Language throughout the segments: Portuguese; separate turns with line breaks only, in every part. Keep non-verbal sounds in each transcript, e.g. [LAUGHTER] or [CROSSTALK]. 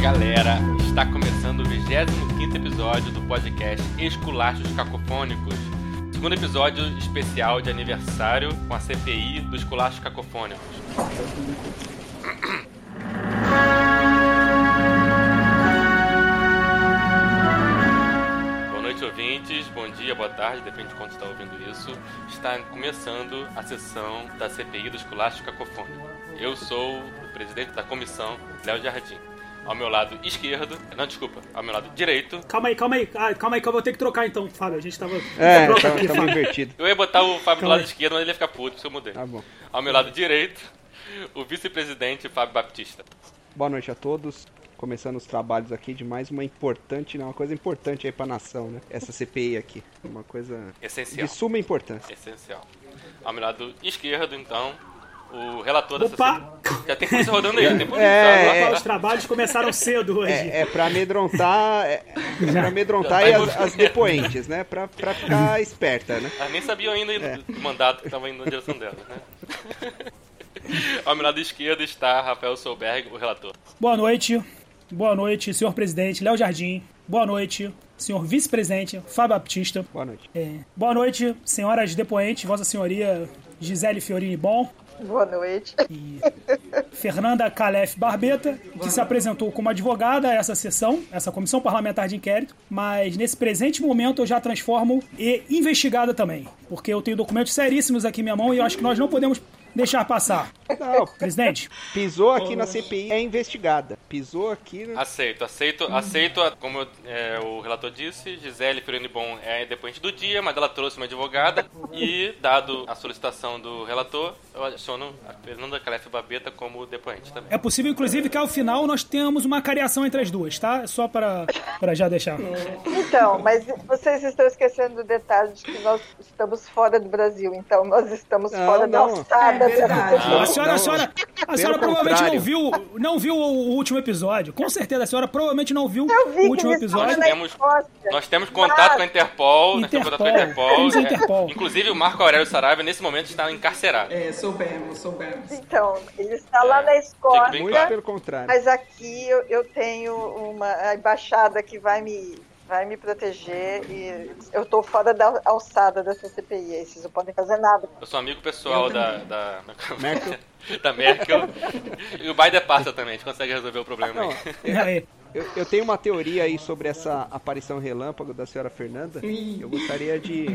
galera! Está começando o 25 episódio do podcast Esculachos Cacofônicos. Segundo episódio especial de aniversário com a CPI dos Esculachos Cacofônicos. Boa noite, ouvintes. Bom dia, boa tarde, depende de quando está ouvindo isso. Está começando a sessão da CPI dos Esculachos Cacofônicos. Eu sou o presidente da comissão, Léo Jardim. Ao meu lado esquerdo, não, desculpa, ao meu lado direito,
Calma aí, calma aí, Ah, calma aí que eu vou ter que trocar então, Fábio. A gente tava.
É,
Troca
tá,
aqui,
tá
Fábio.
meio invertido.
Eu ia botar o Fábio do
Calma
lado
aí.
esquerdo, mas ele ia ficar puto, por isso eu mudei.
Tá bom.
Ao meu lado direito, o vice-presidente Fábio Baptista.
Boa noite a todos. Começando os trabalhos aqui de mais uma importante, não, uma coisa importante aí pra nação, né? Essa CPI aqui. Uma coisa
Essencial.
de suma importância.
Essencial. Ao meu lado esquerdo, então, o relator dessa
Opa!
CPI. Já tem polícia rodando aí, já tem polícia.
É,
Ó,
Agora tá
Os trabalhos começaram cedo hoje.
[LAUGHS] É, é pra amedrontar, é, é pra amedrontar
Já
e
tá em
as, as
movimento.
depoentes, né? Pra, pra [LAUGHS] ficar esperta, né?
Ela nem sabia ainda do mandato que estava indo na direção dela, né? [LAUGHS] Ao meu lado esquerdo está Rafael Solberg, o relator.
Boa noite. Boa noite, senhor presidente Léo Jardim. Boa noite, senhor vice-presidente Fábio Baptista.
Boa noite.
É, Boa noite, senhoras depoentes, Vossa Senhoria Gisele Fiorini Bom,
Boa noite.
Fernanda Calef Barbeta, que se apresentou como advogada a essa sessão, essa comissão parlamentar de inquérito, mas nesse presente momento eu já transformo e investigada também, porque eu tenho documentos seríssimos aqui em minha mão e eu acho que nós não podemos deixar passar.
Não,
Presidente,
pisou aqui na CPI, é investigada. Pisou aqui, né?
Aceito, aceito, aceito, a- como é, o relator disse, Gisele Fiorine Bon é depoente do dia, mas ela trouxe uma advogada e, dado a solicitação do relator, eu adiciono a Fernanda Calef Babeta como depoente também.
É possível, inclusive, que ao final nós tenhamos uma cariação entre as duas, tá? Só para para já deixar.
Então, mas vocês estão esquecendo do detalhe de que nós estamos fora do Brasil, então nós estamos
Não,
fora da
não.
alçada. da-
a senhora,
não.
a senhora, a
Pelo
senhora provavelmente
contrário.
não viu, não viu o último episódio. Com certeza, a senhora provavelmente não viu
Eu vi
o último
que eles estavam
episódio.
na
Temos-
Escócia.
Nós temos contato com a Interpol, nós temos contato com a
Interpol,
Interpol.
temos a Interpol.
é, inclusive o Marco Aurélio Saraiva nesse momento está encarcerado.
É, soubemos, soubemos.
Então, ele está lá na
Fique
Escócia,
bem
Muito pelo contrário.
mas aqui eu, eu tenho uma a embaixada que vai me, vai me proteger e eu estou fora da alçada dessa CPI, aí vocês não podem fazer nada.
Eu sou amigo pessoal da, da,
Merkel.
[LAUGHS] da Merkel. E o Biden passa também, a gente consegue resolver o problema
Não,
aí.
Aí.
Eu, eu tenho uma teoria aí sobre essa aparição relâmpago da senhora Fernanda. Eu gostaria de,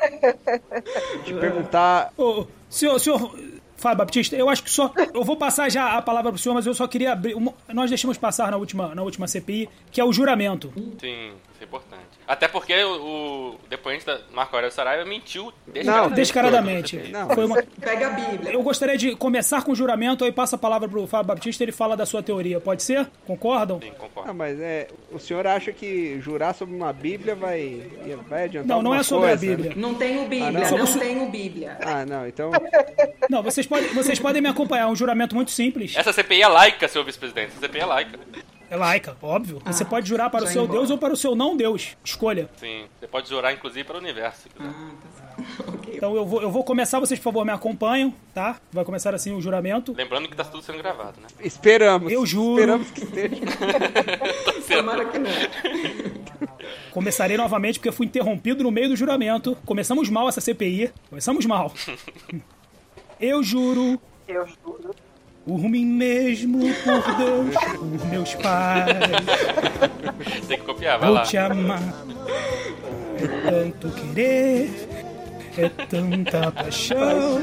[LAUGHS]
de perguntar.
Ô, senhor, senhor Fábio Baptista, eu acho que só. Eu vou passar já a palavra para o senhor, mas eu só queria abrir. uma- nós deixamos passar na última, na última CPI, que é o juramento.
Sim, isso é importante. Até porque o, o depoente da Marco Aurélio Saraiva mentiu
Não,
Descaradamente.
Não.
Foi uma,
Pega a Bíblia.
Eu gostaria de começar com o juramento, aí passa a palavra pro Fábio Baptista, ele fala da sua teoria. Pode ser? Concordam?
Sim,
Ah,
concordo.
mas é, o senhor acha que jurar sobre uma Bíblia vai, vai adiantar?
Não, não
alguma
é sobre a
coisa, né?
Bíblia.
Não tenho
Ah,
Bíblia,
não.
não, tenho Bíblia.
Ah, não, então. [LAUGHS]
Não, vocês podem, vocês podem me acompanhar. É um juramento muito simples.
Essa CPI é laica, seu vice-presidente. Essa CPI é laica.
É laica, óbvio. Você pode jurar para o
já
seu
embora.
Deus ou para o seu não Deus. Escolha.
Sim. Você pode jurar, inclusive, para o universo. se quiser.
Ok.
Então eu vou, eu vou começar, vocês por favor me acompanham, tá? Vai começar assim o juramento.
Lembrando que tá tudo sendo gravado, né?
Esperamos.
Eu juro.
Esperamos que esteja.
Tomara que não.
Começarei novamente porque eu fui interrompido no meio do juramento. Começamos mal essa CPI. Começamos mal. Eu juro
Eu juro.
por mim mesmo, por Deus, por meus pais.
Tem que copiar, vai lá.
Vou te amar. É tanto querer, é tanta paixão.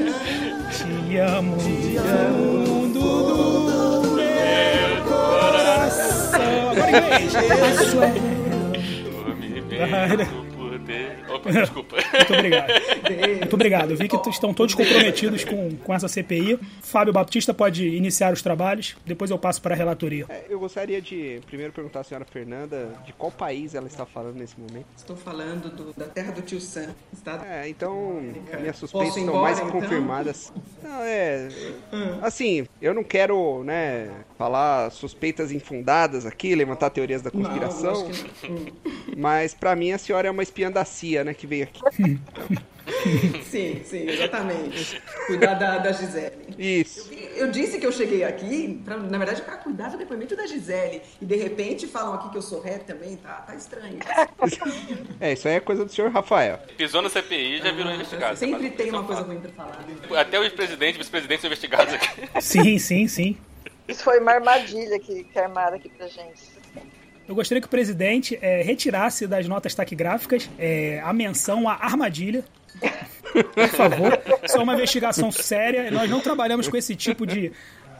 Te amo do fundo do meu coração. Agora em inglês. Isso é.
Por mim mesmo, por Deus. Opa, desculpa. [LAUGHS]
Muito obrigado. Muito obrigado. Eu vi que t- estão todos comprometidos com, com essa CPI. Fábio Baptista pode iniciar os trabalhos. Depois eu passo para a relatoria.
É, Eu gostaria de primeiro perguntar à senhora Fernanda de qual país ela está falando nesse momento.
Estou falando do- da terra do tio Sam. Estado...
É, então minhas suspeitas
Posso
estão
ir embora,
mais
então? Ah.
confirmadas. Não, é. Assim, eu não quero, né, falar suspeitas infundadas aqui, levantar teorias da conspiração.
Não, Hum, acho que
Mas pra mim a senhora é uma espiã da CIA, né, que veio aqui.
não. Sim, sim, exatamente. Cuidar da, da Gisele.
Isso.
eu disse que eu cheguei aqui, pra, na verdade, para cuidar do depoimento da Gisele. E de repente falam aqui que eu sou ré também, tá, tá estranho.
É, isso aí é coisa do senhor Rafael.
Pisou no CPI e já
Ah,
virou investigado.
Sempre
Mas-
tem uma coisa ruim pra falar.
Até os presidentes e vice-presidentes são investigados aqui.
Sim, sim, sim.
Isso foi uma armadilha que, que armaram aqui pra gente.
Eu gostaria que o presidente eh, retirasse das notas taquigráficas eh, a menção à armadilha. Por favor. Isso é uma investigação séria. Nós não trabalhamos com esse tipo de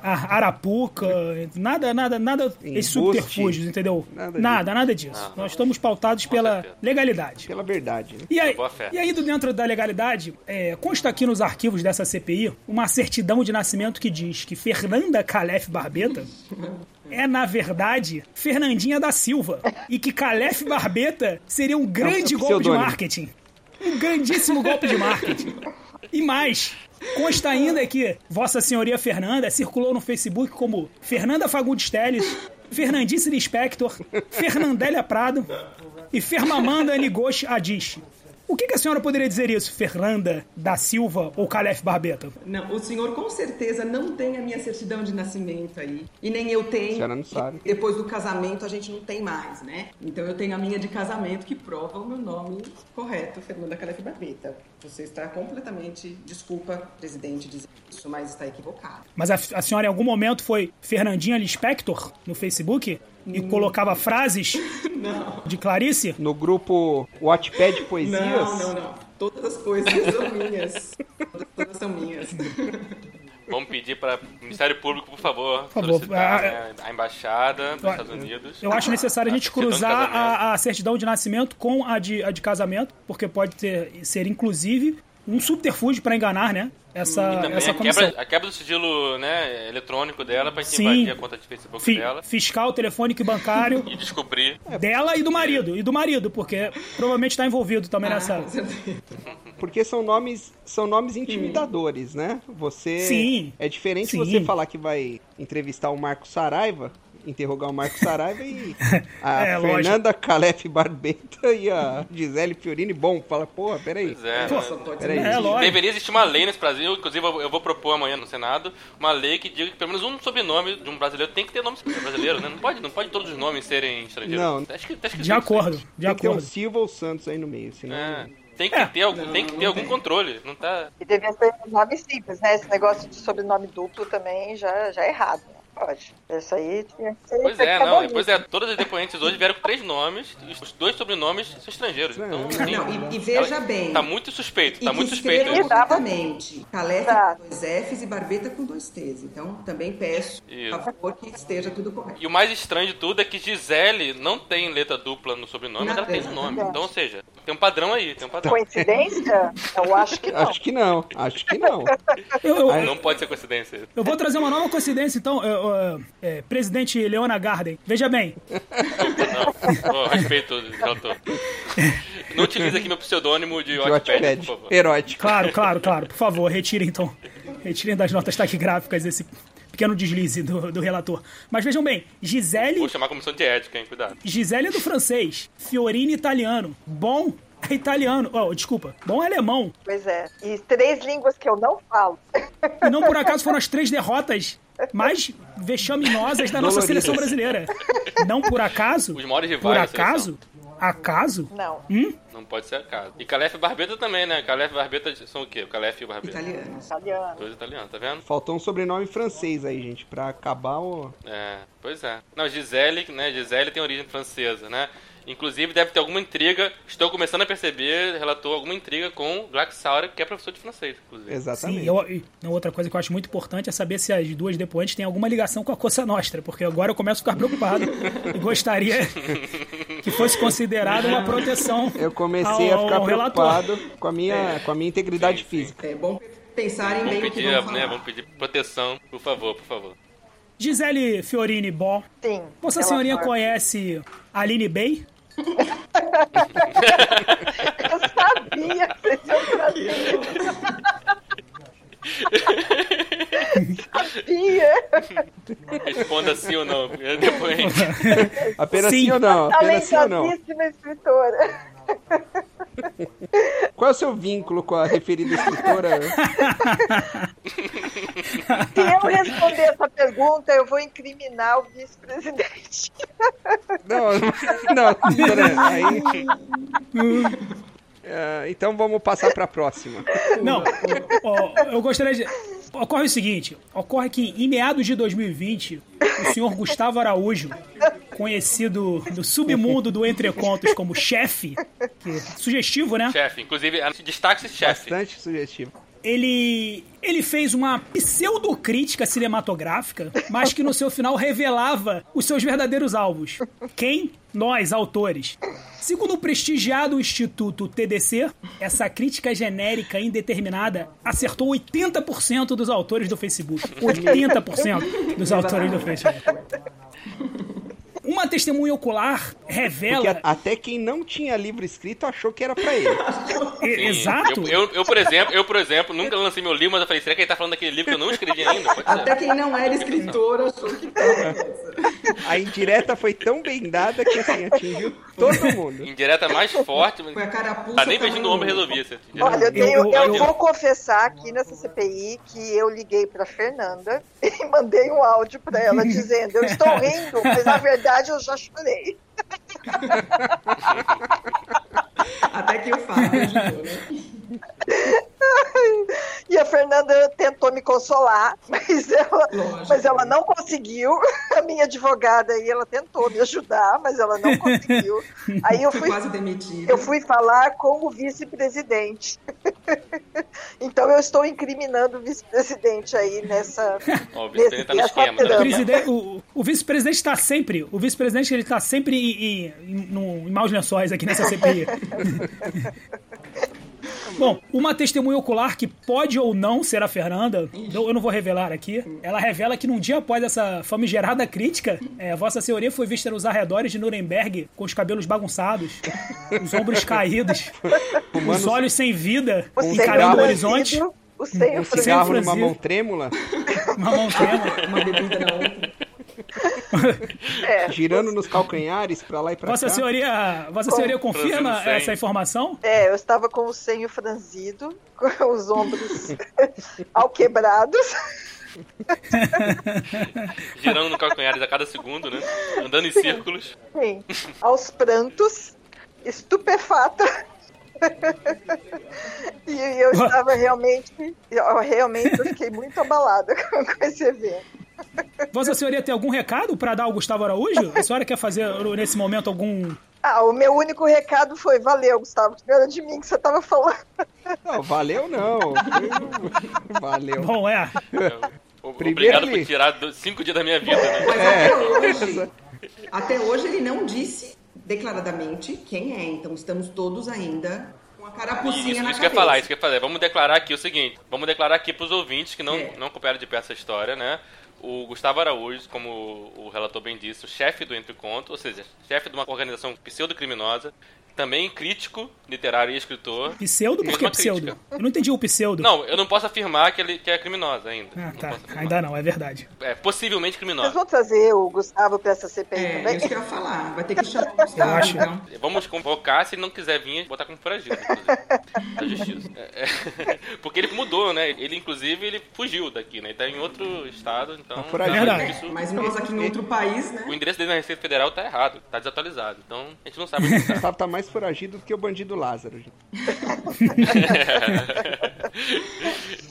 a- arapuca, nada, nada, nada, esses
Embuste.
subterfúgios, entendeu?
Nada
Nada,
disso. Ah.
nada, disso. Nós estamos pautados pela
certeza.
legalidade.
Pela verdade, né?
E aí,
boa fé.
e aí, do dentro da legalidade, é, consta aqui nos arquivos dessa CPI uma certidão de nascimento que diz que Fernanda Calef Barbeta é, na verdade, Fernandinha da Silva. E que Calef Barbeta seria um grande
É um
golpe de
pseudônimo.
marketing. Um grandíssimo golpe de marketing. E mais, consta ainda que Vossa Senhoria Fernanda circulou no Facebook como Fernanda Fagundes Teles, Fernandice Lispector, Fernandélia Prado e Fermamanda Nigoshi Adish. O que, que a senhora poderia dizer isso, Fernanda da Silva ou Calef Barbeta?
Não, o senhor com certeza não tem a minha certidão de nascimento aí. E nem eu tenho.
A senhora não sabe.
Depois do casamento a gente não tem mais, né? Então eu tenho a minha de casamento que prova o meu nome correto, Fernanda Calef Barbeta. Você está completamente, desculpa, presidente, dizer isso, mas está equivocado.
Mas a, a senhora em algum momento foi Fernandinha Lispector no Facebook e colocava frases de Clarice?
No grupo Watchpad Poesias.
Não, não, não. Todas as poesias são minhas. Todas, todas são minhas.
Vamos pedir para o Ministério Público, por favor,
Por favor,
solicitar
ah,
né, a embaixada dos
eu-
Estados Unidos. Tá
Eu acho necessário a gente
certidão de
cruzar
casamento.
a, a certidão de nascimento com a de, a de casamento, porque pode ter, ser, inclusive, um subterfúgio para enganar, né? Essa,
Também
essa
a, quebra,
comissão.
a quebra do sigilo né, eletrônico dela para gente
Sim.
invadir a conta de Facebook
Fi-
dela
fiscal, telefônico
[LAUGHS]
e bancário
e descobrir.
dela e do marido. E do marido, porque provavelmente está envolvido também nessa.
Ah, com certeza.
Porque são nomes, são nomes intimidadores, né? Você.
Sim.
É diferente
Sim.
você falar que vai entrevistar o Marco Saraiva, interrogar o Marco
[LAUGHS]
Saraiva e a
É, lógico.
Fernanda Calef Barbeta e a Gisele Fiorini. Bom, fala, porra, peraí.
Pois é,
Só pode
Peraí.
É, lógico.
Deveria existir uma lei nesse Brasil, inclusive eu eu vou propor amanhã no Senado, uma lei que diga que pelo menos um sobrenome de um brasileiro tem que ter nome brasileiro, né? Não pode, não pode todos os nomes serem estrangeiros.
Não.
Tá escrito- tá escrito
De
isso,
acordo, de
Tem que ter um
acordo.
Silva ou Santos aí no meio, senão.
né? É, Tem que ter algum, tem que ter algum controle. Não tá.
E devia ser um nome simples, né? Esse negócio de sobrenome duplo também já, já é errado. Né? Pode. Isso aí tinha que ser.
Pois
Tá
tinha
é,
que
não.
abolir.
Pois é, todas as depoentes hoje vieram com três nomes, e os dois sobrenomes são estrangeiros. Então, assim,
Não, e, e veja
ela-
bem.
Tá muito suspeito,
E
tá
que
muito
escrevam
suspeito.
isso.
corretamente. Calef
Exato.
com dois Fs e Barbeta com dois Ts. Então, também peço,
Isso.
por favor, que esteja tudo correto.
E o mais estranho de tudo é que Gisele não tem letra dupla no sobrenome, mas ela
Nada,
tem no nome.
exatamente.
Então, ou seja, tem um padrão aí, tem um padrão.
Então, Coincidência? Eu
[LAUGHS]
acho que não.
Acho que não, acho
[LAUGHS]
que não.
Eu, eu-
Não pode ser coincidência.
eu vou trazer uma nova coincidência, então, eu- eu- é, presidente Leona Garden. Veja bem,
Não, ó, respeito, relator. Não utilize aqui meu pseudônimo de Watchpad, por
Watchpad,
favor.
erótico.
Claro, claro, claro. Por favor, retirem então. Retirem das notas taquigráficas esse pequeno deslize do, do relator. Mas vejam bem, Gisele,
Vou chamar a comissão de ética, hein? Cuidado.
Gisele é do francês, Fiorino italiano, Bom é italiano, oh, desculpa, Bom é alemão.
Pois é. E três línguas que eu não falo. [LAUGHS]
E não por acaso foram as três derrotas mais vexaminosas da nossa
Doloridas.
seleção brasileira. Não por acaso,
Os maiores rivais
por
da seleção.
acaso, acaso,
Não.
Hum?
Não pode ser acaso. E Calef e Barbeta também, né? Calef e Barbeta são o quê? Calef e Barbeta.
Italianos.
Italiano.
Dois italianos, tá vendo?
Faltou um sobrenome francês aí, gente, pra acabar o.
É, pois é. Não, Gisele, né? Gisele tem origem francesa, né? Inclusive deve ter alguma intriga. Estou começando a perceber, relatou alguma intriga com Black Sauer, que é professor de francês, inclusive.
Exatamente.
Sim, eu, e outra coisa que eu acho muito importante é saber se as duas depoentes têm alguma ligação com a Coça Nostra, porque agora eu começo a ficar preocupado e
[LAUGHS]
gostaria que fosse considerada uma proteção.
Eu comecei a
ao-
ficar
ao Ah, relator.
preocupado com a
É.
minha, com a minha integridade física.
É bom pensarem
Vamos
bem o que
pedir,
vão falar.
né? Vamos pedir proteção, por favor, por favor.
Gisele Fiorini Bom,
Sim.
Vossa
Ela
Senhorinha
fala.
conhece Aline Bey?
Eu sabia que vocês iam
[LAUGHS]
trazer. sabia.
Responda sim ou não. [LAUGHS] Depois.
Apenas
Sim.
sim ou não? Apenas sim ou não? [LAUGHS]
Talentosíssima escritora.
Qual é o seu vínculo com a referida escritora?
Se eu responder essa pergunta, eu vou incriminar o vice-presidente.
Não, não, pera, aí. Ah, então vamos passar pra próxima.
Não, ó, eu gostaria de. Ocorre o seguinte: ocorre que em meados de 2020, o senhor Gustavo Araújo, conhecido do submundo do Entre Contos como chefe, que é sugestivo, né?
Chefe, inclusive, destaque esse chefe.
Bastante sugestivo.
Ele, ele fez uma pseudocrítica cinematográfica, mas que no seu final revelava os seus verdadeiros alvos. Quem? Nós, autores. Segundo o prestigiado Instituto TDC, essa crítica genérica indeterminada acertou 80% dos autores do Facebook. 80% dos autores do
[LAUGHS]
Facebook. Uma testemunha ocular
Porque
revela.
a- até quem não tinha livro escrito achou que era pra ele.
E-
Sim,
Exato!
Eu, eu, eu, por exemplo, eu, por exemplo, nunca lancei meu livro, mas eu falei, será que ele tá falando daquele livro que eu não escrevi ainda? Pode ser.
Até quem não era escritor achou que tá. tava.
A indireta foi tão bem dada que assim, atingiu todo mundo.
Indireta mais forte, mas...
[LAUGHS] Foi a carapuça.
Tá nem
tava
beijando o
no-
homem resolvia essa indireta.
Olha, eu, tenho-
Eu- eu-
eu vou confessar aqui nessa CPI que eu liguei pra Fernanda [LAUGHS] e mandei um áudio pra
[LAUGHS]
ela dizendo: Eu estou rindo, mas na verdade eu já chorei.
Até que o
[LAUGHS]
Fábio ajudou, né?
E a Fernanda tentou me consolar, [LAUGHS] mas ela,
Lógico.
mas ela não conseguiu. A minha advogada aí, ela tentou me ajudar, mas ela não conseguiu. Aí eu
Foi
fui,
quase um demitido.
eu fui falar com o vice-presidente. [LAUGHS] Então eu estou incriminando o vice-presidente aí nessa.
Ó, o Vicente tá no
Nesse-
esquema.
O
Tá?
preside- O, o vice-presidente está sempre. O vice-presidente ele está sempre em, em, em- no- em maus lençóis aqui nessa CPI. Bom, uma testemunha ocular que pode ou não ser a Fernanda, eu eu não vou revelar aqui, ela revela que num dia após essa famigerada crítica, é, Vossa Senhoria foi vista nos arredores de Nuremberg com os cabelos bagunçados, os ombros caídos, os olhos sem vida,
O senhor
encarando o
franzido,
horizonte,
O senhor
Um
franzido.
cigarro numa
franzino.
mão trêmula,
uma mão trema.
Uma bebida na outra.
É,
girando nos calcanhares pra lá e pra
Vossa
[LAUGHS] cá.
Senhoria, Vossa Senhoria confirma
Franzino sem.
essa informação?
é, eu estava com o senho franzido, [LAUGHS] com os ombros [LAUGHS] alquebrados.
Girando no calcanhares a cada segundo, né? Andando em círculos.
[LAUGHS] Sim, aos prantos, estupefata. [LAUGHS] E eu estava realmente, eu realmente eu fiquei muito abalada [LAUGHS] com com esse evento.
Vossa Senhoria tem algum recado para dar ao Gustavo Araújo? A senhora quer fazer nesse momento algum.
Ah, o meu único recado foi, valeu, Gustavo, que não era de mim que você estava falando.
Não, valeu não. Foi- Valeu.
Bom, é.
O-
Primeiro
Obrigado por
livro.
tirar do- cinco dias da minha vida, né?
Mas até hoje, até hoje ele não disse declaradamente quem é. Então estamos todos ainda com a
E
carapucinha
Isso,
na
isso que eu
cabeça.
ia falar, isso que eu ia fazer. Vamos declarar aqui o seguinte: vamos declarar aqui pros ouvintes que não,
É.
não acompanharam de pé essa história, né? O Gustavo Araújo, como o relator bem disse, o chefe do Entre Conto, ou seja, chefe de uma organização pseudo-criminosa, também crítico, literário e escritor.
Pseudo? Por
Mesma
que pseudo?
crítica.
Eu não entendi o pseudo.
Não, eu não posso afirmar que ele que é criminosa ainda.
Ah,
Não
tá.
posso afirmar.
Ainda não, é verdade.
É possivelmente criminosa.
Vocês vão trazer o Gustavo para essa CPI
É,
também?
isso que eu ia falar. Vai ter que chamar o Gustavo,
acho.
então.
Vamos convocar, se ele não quiser vir, botar como foragido,
[LAUGHS] Tá
inclusive, da justiça. É, é. [LAUGHS] porque ele mudou, né? Ele, inclusive, ele fugiu daqui, né? Ele tá em outro estado, então...
Tá foragido.
Verdade.
isso-
Mas nós aqui em outro país, né?
o endereço dele na Receita Federal tá errado, tá desatualizado. Então, a gente não sabe onde ele
O [LAUGHS]
tá.
Gustavo tá mais foragido do que o bandido Lázaro. gente.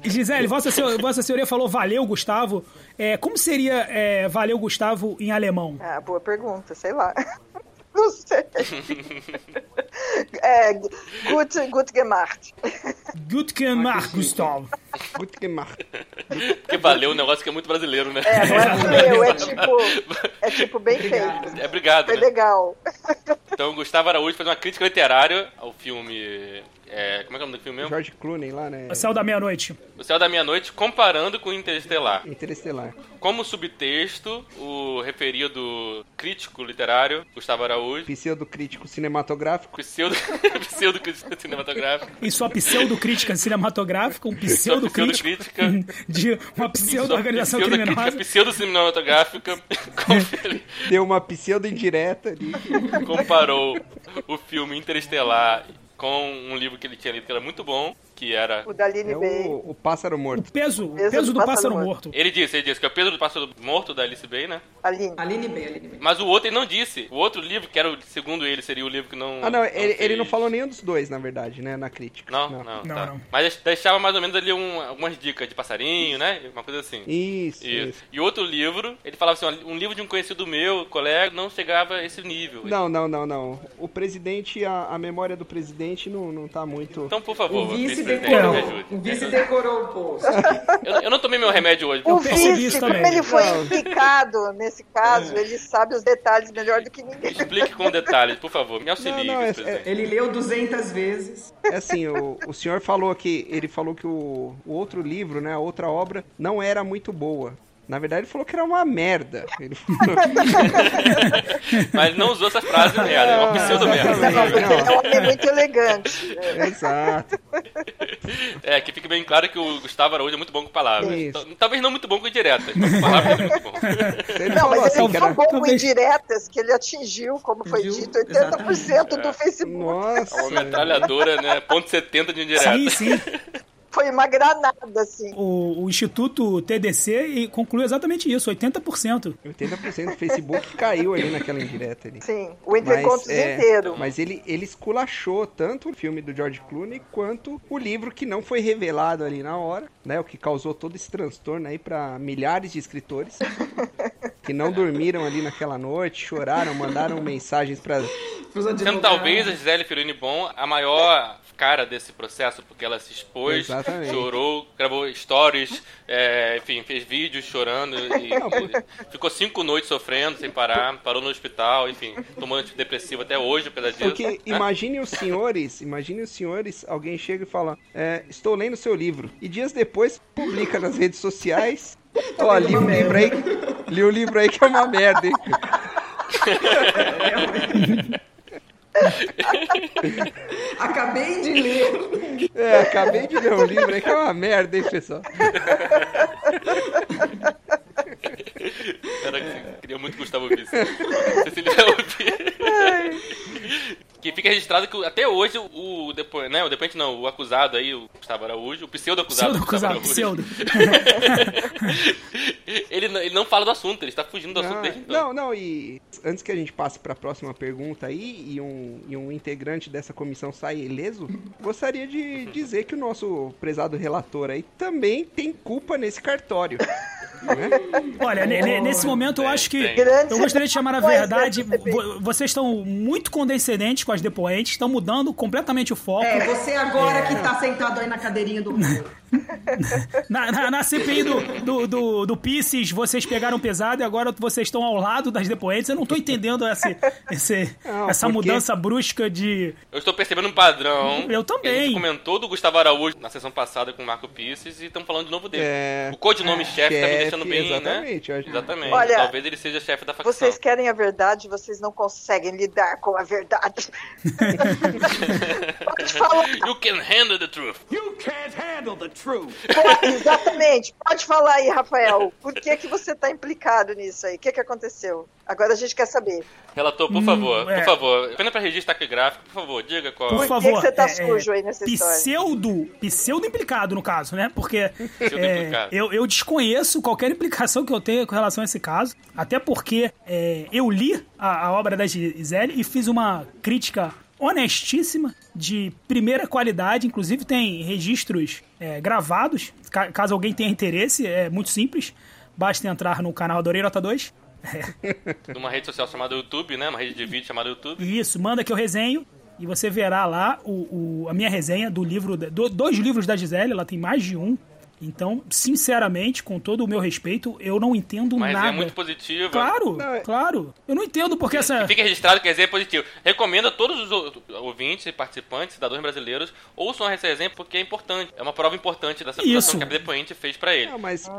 Gisele, Vossa Senhoria, Vossa Senhoria falou valeu, Gustavo. É, como seria é, valeu, Gustavo, em alemão?
Ah, boa pergunta, sei lá. [LAUGHS] Não sei. É, gut, gut gemacht.
Gut
Ah,
gemacht, Gustavo.
Gut gemacht.
Porque valeu um negócio que é muito brasileiro, né?
É, não é valeu, é tipo, é tipo bem
Obrigada.
feito.
[LAUGHS] É, obrigado,
Foi
né?
legal.
Então, Gustavo Araújo faz uma crítica literária ao filme... é, como é que é o nome do filme mesmo?
George Clooney lá, né?
O Céu da meia-noite.
O Céu da Meia-Noite, comparando com o Interestelar.
Interestelar.
Como subtexto, o referido crítico literário, Gustavo Araújo,
Pseudo crítico cinematográfico.
pseudo, [LAUGHS] pseudo crítico cinematográfico,
E sua
[LAUGHS]
pseudocrítica cinematográfica, um pseudocrítico
pseudocrítica. é
de uma pseudo-organização
pseudo
criminosa.
crítica pseudo [LAUGHS] cinematográfica, com- ele
Deu uma pseudo indireta ali.
comparou o filme Interestelar com um livro que ele tinha lido que era muito bom, que era.
O Daline
É
Bay.
o, o pássaro
O
morto.
peso, o peso do pássaro morto.
Ele disse, ele disse que é o Pedro do Pássaro Morto da Alice Bay, né?
Aline.
Aline B, Aline B.
Mas o outro ele não disse. O outro livro, que era o, segundo ele, seria o livro que não.
Ah, não, ele, ele
fez-
não falou nenhum dos dois, na verdade, né? Na crítica.
Não, não.
Não,
tá.
não.
Mas deixava mais ou menos ali um- algumas dicas de passarinho, né? Uma coisa assim.
Isso,
Isso.
isso.
E outro livro, ele falava assim: ó, um livro de um conhecido meu, colega, não chegava a esse nível.
Não, não, não, não. O presidente, a, a memória do presidente não, não tá muito.
Então, por favor,
O vice
presidente,
decorou.
me ajude.
O vice decorou o post.
Eu, eu não tomei meu remédio hoje.
O
percebi
vice,
isso
como
também.
ele foi
Não.
implicado nesse caso, ele sabe os detalhes melhor do que ninguém.
Explique com detalhes, por favor. Me
Não,
auxilie,
não, é-
presidente.
Ele leu 200 vezes.
É assim, o, o senhor falou que ele falou que o, o outro livro, né, a outra obra, não era muito boa. Na verdade, ele falou que era uma merda. Ele falou [LAUGHS]
Mas não usou essa frase merda, é uma pseudo
[LAUGHS]
merda.
Exatamente,
É um homem muito elegante.
não. Exato.
É, que fique bem claro que o Gustavo Araújo é muito bom com palavras.
Isso.
Tal- Talvez não muito bom com diretas, mas com palavras ele é muito bom.
Ele
Não,
falou
mas ele
assim,
é tão
cara.
bom com
talvez-
indiretas que ele atingiu, como foi
Atingiu,
dito, 80% do Facebook.
É uma
Nossa.
metralhadora, né? Ponto 70 de
Sim,
indireta.
sim.
Foi uma granada, assim.
O, o Instituto TDC e concluiu exatamente isso, 80%.
80% do Facebook caiu ali naquela indireta ali.
Sim, o Entrecontos
é,
inteiro.
mas ele, ele esculachou tanto o filme do George Clooney quanto o livro que não foi revelado ali na hora, né? O que causou todo esse transtorno aí pra milhares de escritores que não dormiram ali naquela noite, choraram, mandaram mensagens pra.
Pros
Sendo
advogados.
talvez a Gisele Fironi Bom a maior cara desse processo, porque ela se expôs,
Exatamente.
chorou, gravou stories, é, enfim, fez vídeos chorando
[LAUGHS]
e e ficou cinco noites sofrendo sem parar, parou no hospital, enfim, tomou antidepressivo até hoje, apesar disso.
Porque imagine os senhores, imagine os senhores, alguém chega e fala: é, Estou lendo seu livro. E dias depois publica nas redes sociais. Ó, li um livro aí. Li um livro aí que é uma merda, hein?
Acabei de ler.
É, acabei de ler um livro aí que é uma merda, hein, pessoal?
Cara, que- queria muito que o Gustavo ouvisse. [LAUGHS] Não sei se ele vai ouvir. Que fica registrado que o- até hoje o, o depoente, né, o depoente não, o acusado aí, o Gustavo Araújo, o pseudo-acusado
Pseudo
Gustavo
acusado,
Araújo,
pseudo.
[LAUGHS] ele, não- ele não fala do assunto, ele está fugindo do assunto
Ah,
desde então.
não, não, e antes que a gente passe para a próxima pergunta aí e um, e um integrante dessa comissão saia ileso, gostaria de dizer que o nosso prezado relator aí também tem culpa nesse cartório. né?
Olha, ne- ne- nesse momento eu
Tem,
acho que
tem.
Grande
eu gostaria de chamar a
coisa
verdade.
do CPI.
vo- Vocês estão muito condescendentes com as depoentes, estão mudando completamente o foco.
É, você agora que tá sentado aí na cadeirinha do povo.
Na, na- na CPI do, do, do, do Pisces, vocês pegaram pesado e agora vocês estão ao lado das depoentes. Eu não tô entendendo esse, esse-
Não,
essa
porque-
mudança brusca de.
Eu estou percebendo um padrão.
[LAUGHS] Eu também.
A gente comentou do Gustavo Araújo na sessão passada com o Marco Pisces e estamos falando de novo dele.
É.
O codinome chefe tá me
Chefe,
deixando bem,
exatamente, eu
né?
acho-
Exatamente.
Olha,
Talvez ele seja chefe da facção.
Vocês querem a verdade, vocês não conseguem lidar com a verdade. [LAUGHS] pode falar,
[LAUGHS] You can handle the truth.
pode- exatamente. Pode falar aí, Rafael. Por que, que você está implicado nisso aí? O que, que aconteceu? Agora a gente quer saber.
Relator, por favor,
é.
por favor. Apenas para registro taquigráfico, por favor, diga qual. é.
Por
que
favor. é,
que você tá sujo aí nessa história?
Pseudo, pseudo implicado, no caso, né? Porque é,
implicado.
eu, eu desconheço qualquer implicação que eu tenha com relação a esse caso. Até porque é, eu li a, a obra da Gisele e fiz uma crítica honestíssima, de primeira qualidade. Inclusive, tem registros é, gravados. Ca- caso alguém tenha interesse, é muito simples. Basta entrar no canal Adorei Nota 2
Numa rede social chamada YouTube, né? Uma rede de vídeo chamada YouTube.
Isso, manda que eu resenho. E você verá lá o, o- a minha resenha do livro, da- do- dois livros da Gisele, ela tem mais de um. Então, sinceramente, com todo o meu respeito, eu não entendo
Mas
nada.
é muito positivo. né?
Claro,
Não, é-
claro. Eu não entendo porque essa.
Fica registrado que a resenha é positiva. Recomendo a todos os ou- ouvintes, e participantes, cidadãos brasileiros, ouçam essa resenha porque é importante. É uma prova importante dessa acusação
Isso.
que a depoente fez pra ele.
Não, mas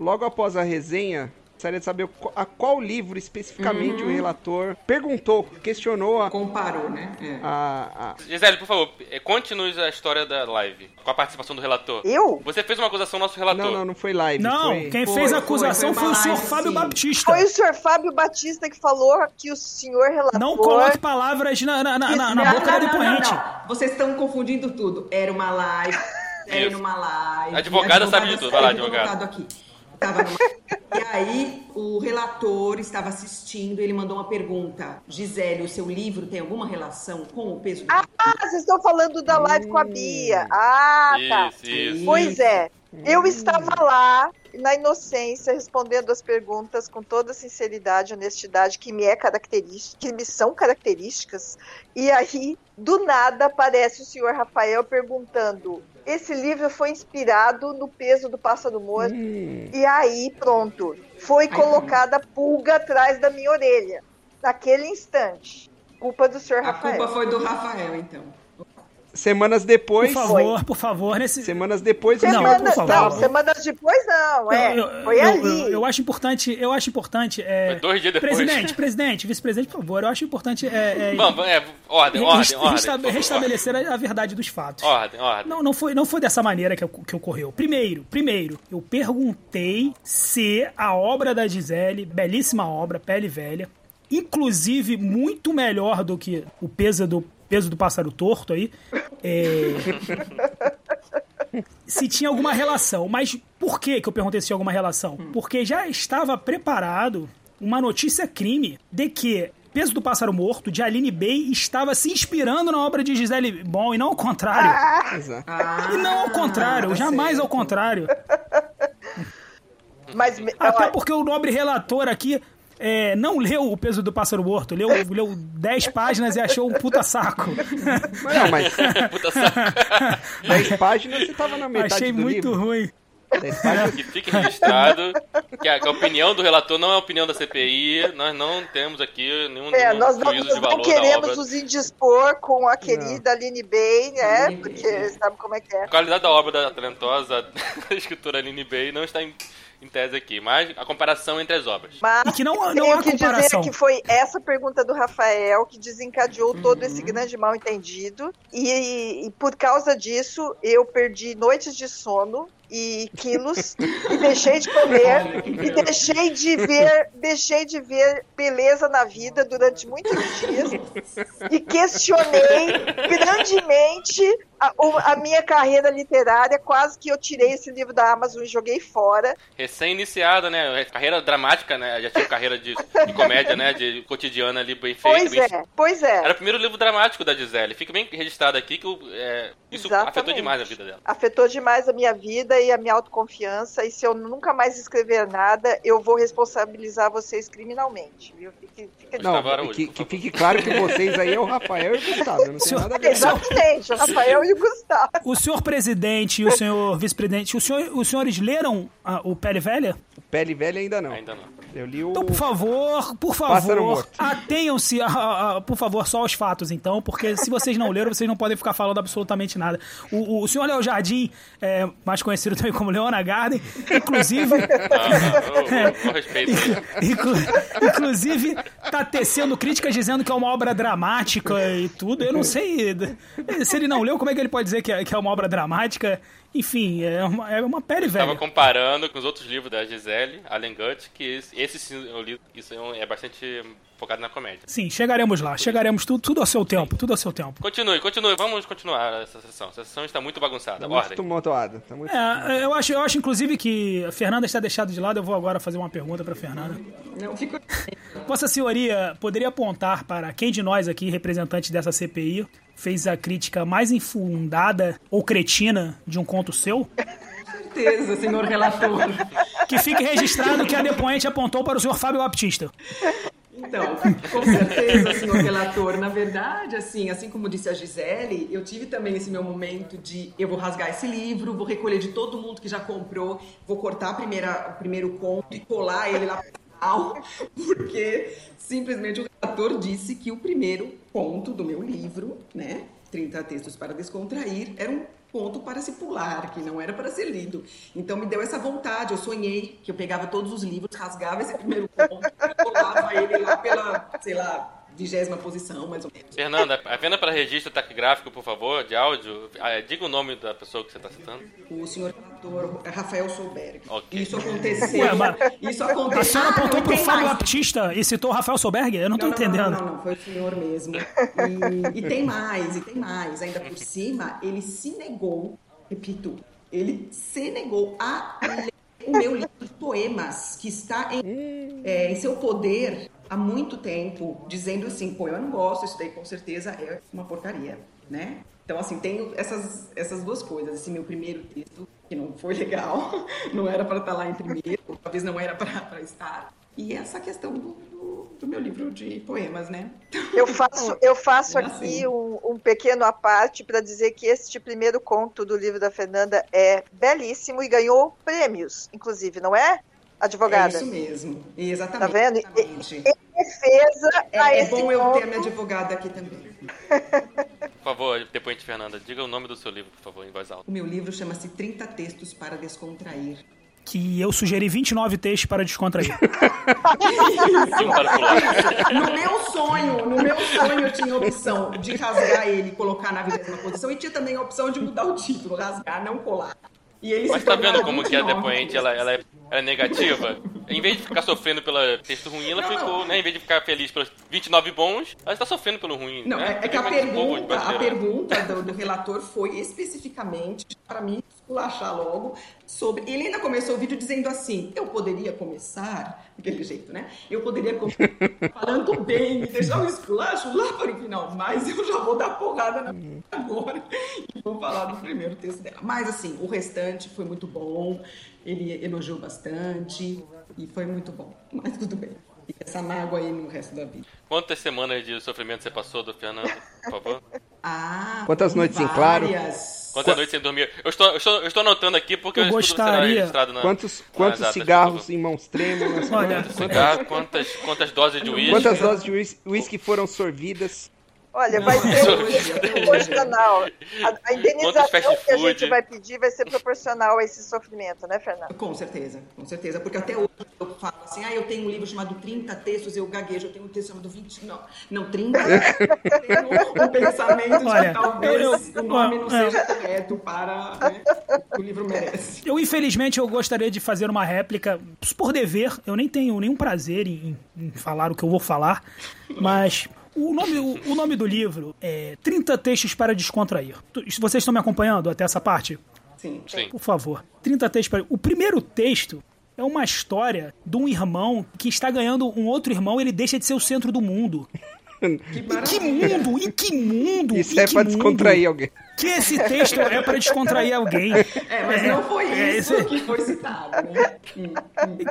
logo após a resenha, Gostaria de saber qu- a qual livro especificamente o relator perguntou, questionou a,
Comparou, né? É.
a- a-
Gisele, por favor, eh, conte-nos a história da live, com a participação do relator.
Eu?
Você fez uma acusação ao nosso relator.
Não, não, não foi live.
Não,
foi...
quem
Foi,
fez a
foi,
acusação
foi
foi, o
uma
senhor
live,
Fábio
sim.
Baptista.
Foi o senhor Fábio Batista que falou que o senhor relator...
Não coloque palavras na, na, na, na- na
Não,
boca da
não, não, não,
depoente.
não. Vocês estão confundindo tudo. Era uma live,
[LAUGHS]
era
Isso.
uma live.
Advogada sabe de tudo. Vai lá,
saiu do
advogada.
advogado Aqui. Tava numa- E aí, o relator estava assistindo, ele mandou uma pergunta. Gisele, o seu livro tem alguma relação com o peso do...
Ah, vocês estão falando da live com a Bia. Ah, tá.
Isso, isso.
Pois é, eu
Hum.
estava lá, na inocência, respondendo as perguntas com toda a sinceridade e honestidade que me é característica, que me são características, e aí, do nada, aparece o senhor Rafael perguntando: esse livro foi inspirado no peso do pássaro morto?
Hum.
E aí, pronto, foi colocada a pulga atrás da minha orelha, naquele instante. Culpa do senhor
A
Rafael.
culpa foi do Rafael, então.
Semanas
Por
depois.
favor, por favor, nesse.
Semanas depois.
Não,
Semanas,
por
não,
favor.
semanas depois não, é.
Eu- eu-
foi
eu-
ali.
Eu, eu acho importante, eu acho importante. é,
Foi dois dias depois.
[LAUGHS] Presidente, presidente, vice-presidente, por favor, eu acho importante é, é,
Vamos, é, ordem, ordem,
rest-
ordem.
resta-
por favor,
restabelecer a, a verdade dos fatos.
Ordem, ordem. ordem.
Não, não, foi, não foi dessa maneira que, que ocorreu. Primeiro, primeiro, eu perguntei se a obra da Gisele, belíssima obra, Pele Velha, inclusive muito melhor do que o peso do, peso do pássaro torto aí, é, se tinha alguma relação. Mas por que, que eu perguntei se tinha alguma relação? Porque já estava preparado uma notícia crime de que Peso do Pássaro Morto, de Aline Bey, estava se inspirando na obra de Gisele Bon, e não ao contrário.
Exato.
Ah,
E não ao contrário,
tá
jamais
certo.
ao contrário.
Mas é,
Até
olha,
porque o nobre relator aqui é, não leu o peso do pássaro morto, leu, leu 10 páginas e achou um puta saco.
Mas, não, mas
[LAUGHS] Puta saco.
[LAUGHS]
10 páginas você tava na metade
Achei
do
muito
livro.
ruim.
10
[LAUGHS]
páginas.
Que fique registrado que a, que a opinião do relator não é a opinião da CPI. Nós não temos aqui nenhum,
é,
nenhum
nós não,
juízo de
nós não
valor da
queremos
obra.
nos indispor com a querida Aline Bay, né?
Aline Bay,
Porque
é.
sabe como é que é.
A qualidade da obra da talentosa [LAUGHS] escritora Aline Bay não está em, em tese aqui, mas a comparação entre as obras.
Mas
E que não- não
tenho
há
que
comparação.
dizer que foi essa pergunta do Rafael que desencadeou todo esse grande mal entendido. E, e por causa disso, eu perdi noites de sono e quilos e deixei de comer e deixei de ver deixei de ver beleza na vida durante muitos dias e questionei grandemente a, o- a minha carreira literária quase que eu tirei esse livro da Amazon e joguei fora
Recém-iniciada, né? Carreira dramática, né? Já tive carreira de, de comédia, né? De cotidiana ali, bem feita.
pois
bem
é pois é
Era o primeiro livro dramático da Gisele. Fica bem registrado aqui que o- é, isso
Exatamente.
afetou demais a vida dela.
afetou demais a minha vida e a minha autoconfiança. E se eu nunca mais escrever nada, eu vou responsabilizar vocês criminalmente, viu? Fique, fica de...
Gustavo
Não,
Araújo,
que,
por
que
favor.
fique claro que vocês aí é o Rafael e o Gustavo. Não tem
Senhor-
nada a ver.
Exatamente, o Rafael e o Gustavo.
O senhor presidente e o senhor vice-presidente, o senhor- os senhores leram ah, o Pele Velha?
Pele velha ainda não.
[LAUGHS]
Ainda não.
Eu li o.
Então, por favor, por
Pássaro
favor,
morto.
atenham-se, a- a- a- por favor, só aos fatos, então, porque se vocês não leram, vocês não podem ficar falando absolutamente nada. O, o- o senhor Léo Jardim, é, mais conhecido também como Leona Garden, inclusive. [LAUGHS]
Ah, Com respeito.
Inclu- Inclusive, tá tecendo críticas dizendo que é uma obra dramática e tudo. Eu não sei. Se ele não leu, como é que ele pode dizer que é, que é uma obra dramática? Enfim, é uma, é uma pele
Tava
velha.
comparando com os outros livros da Gisele, Allen Gutt, que esse, esse sim, eu li, isso é um- é bastante focado na comédia.
Sim, chegaremos lá, chegaremos tudo, tudo ao seu tempo, tudo ao seu tempo.
Continue, continue, vamos continuar essa sessão. Essa sessão está muito bagunçada.
Tá muito
Ordem.
tumultuado. Tá muito...
É, eu acho, eu acho inclusive que a Fernanda está deixada de lado. Eu vou agora fazer uma pergunta para Fernanda.
Não, ficou...
Vossa Senhoria poderia apontar para quem de nós aqui, representante dessa CPI, fez a crítica mais infundada ou cretina de um conto seu?
certeza, senhor relator.
Que fique registrado que a depoente apontou para o senhor Fábio Baptista.
Então, com certeza, senhor relator. Na verdade, assim, assim como disse a Gisele, eu tive também esse meu momento de eu vou rasgar esse livro, vou recolher de todo mundo que já comprou, vou cortar a primeira, o primeiro conto e colar ele lá pro final, porque simplesmente o relator disse que o primeiro conto do meu livro, né, 30 textos para descontrair, era um ponto para se pular, que não era para ser lido. Então me deu essa vontade. Eu sonhei que eu pegava todos os livros, rasgava esse primeiro ponto, colava ele lá pela, sei lá, vigésima posição, mais ou menos.
Fernanda, a venda para registro taquigráfico, por favor, de áudio, Ah, diga o nome da pessoa que você está citando.
O senhor relator Rafael Solberg.
Ok.
Isso aconteceu.
Ué, mas
Isso
A
aconteceu.
senhora
Ah,
apontou
não,
pro
tem
Fábio
mais.
Baptista e citou o Rafael Solberg? Eu não tô
Não, não,
entendendo.
Não, não, não, foi o senhor mesmo. E, e tem mais, e tem mais. Ainda por cima, ele se negou, repito, ele se negou a ler o meu livro de poemas, que está em, é, em seu poder há muito tempo, dizendo assim, pô, eu não gosto, isso daí com certeza é uma porcaria, né? Então, assim, tenho essas, essas duas coisas. Esse meu primeiro texto, que não foi legal, [LAUGHS] não era para estar lá em primeiro, talvez não era para estar. E essa questão do, do- do meu livro de poemas, né?
Eu faço, eu faço
É
aqui
assim.
um, um pequeno à parte para dizer que este primeiro conto do livro da Fernanda é belíssimo e ganhou prêmios, inclusive, não é? Advogada.
É isso mesmo. Exatamente.
Tá vendo?
Exatamente.
Defesa a
É, é
esse
bom eu
conto.
ter a minha advogada aqui também.
Por favor, depois de Fernanda, diga o nome do seu livro, por favor, em voz alta.
O meu livro chama-se 30 Textos para Descontrair. [LAUGHS]
Que eu sugeri 29 textos para descontrair.
E um para o pular.
No meu sonho, no meu sonho eu tinha a opção de rasgar ele, colocar na vigésima posição e tinha também a opção de mudar o título, rasgar, não colar. E ele
Mas
se
tá
tornou
vendo como que a
29
depoente ela, ela, é, ela é negativa? Em vez de ficar sofrendo pelo texto ruim, ela
Não,
ficou,
não.
né? Em vez de ficar feliz pelos 29 bons, ela está sofrendo pelo ruim.
Não,
né?
é, é que a
Fica mais bobo de
pergunta, a
brasileiro.
pergunta do, do relator foi especificamente para mim esculachar logo sobre. Ele ainda começou o vídeo dizendo assim: eu poderia começar, daquele jeito, né? Eu poderia
[LAUGHS]
começar falando bem e deixar o esculacho lá para o final, mas eu já vou dar porrada na agora e vou falar do primeiro texto dela. Mas assim, o restante foi muito bom, ele elogiou bastante e foi muito bom. Mas tudo bem. Fica essa mágoa aí no resto da vida.
Quantas semanas de sofrimento você passou do Fernando, por
[LAUGHS]
favor?
Ah,
Quantas
foram
noites em claro?
várias.
Quantas noites sem dormir? Eu estou, eu, estou, eu estou anotando aqui porque
Eu
isso tudo será
gostaria-
registrado na.
Quantos,
nas
quantos
atas, por
cigarros
favor.
em mãos trêmulas?
Olha,
quantas,
Cigarro, quantas, quantas doses de uísque?
quantas doses de whis- whisky foram sorvidas?
Olha, vai
Não,
ser
é
um
hoje.
proporcional. A, a
Quantos fast
indenização que a gente
food?
vai pedir vai ser proporcional a esse sofrimento, né, Fernanda?
Com certeza, com certeza. Porque até hoje eu falo assim, ah, eu tenho um livro chamado 30 textos, eu gaguejo, eu tenho um texto chamado 20, não, não
[LAUGHS]
[LAUGHS] 30. eu tenho um pensamento de
Olha,
que talvez
eu- eu- é.
o nome não
eu-
seja correto para né, o que o livro merece.
Eu, infelizmente, eu gostaria de fazer uma réplica por dever. Eu nem tenho nenhum prazer em, em falar o que eu vou falar, mas o nome, o, o nome do livro é 30 Textos para Descontrair. Tu- Vocês estão me acompanhando até essa parte?
Sim.
Sim.
Por favor, 30 textos para. O primeiro texto é uma história de um irmão que está ganhando um outro irmão, ele deixa de ser o centro do mundo.
Que
E que
maravilha.
mundo! E que mundo!
Isso
e
é
que
pra
mundo.
descontrair alguém.
Que esse texto é para descontrair alguém.
É, mas não foi
é,
isso
esse-
que foi citado, né?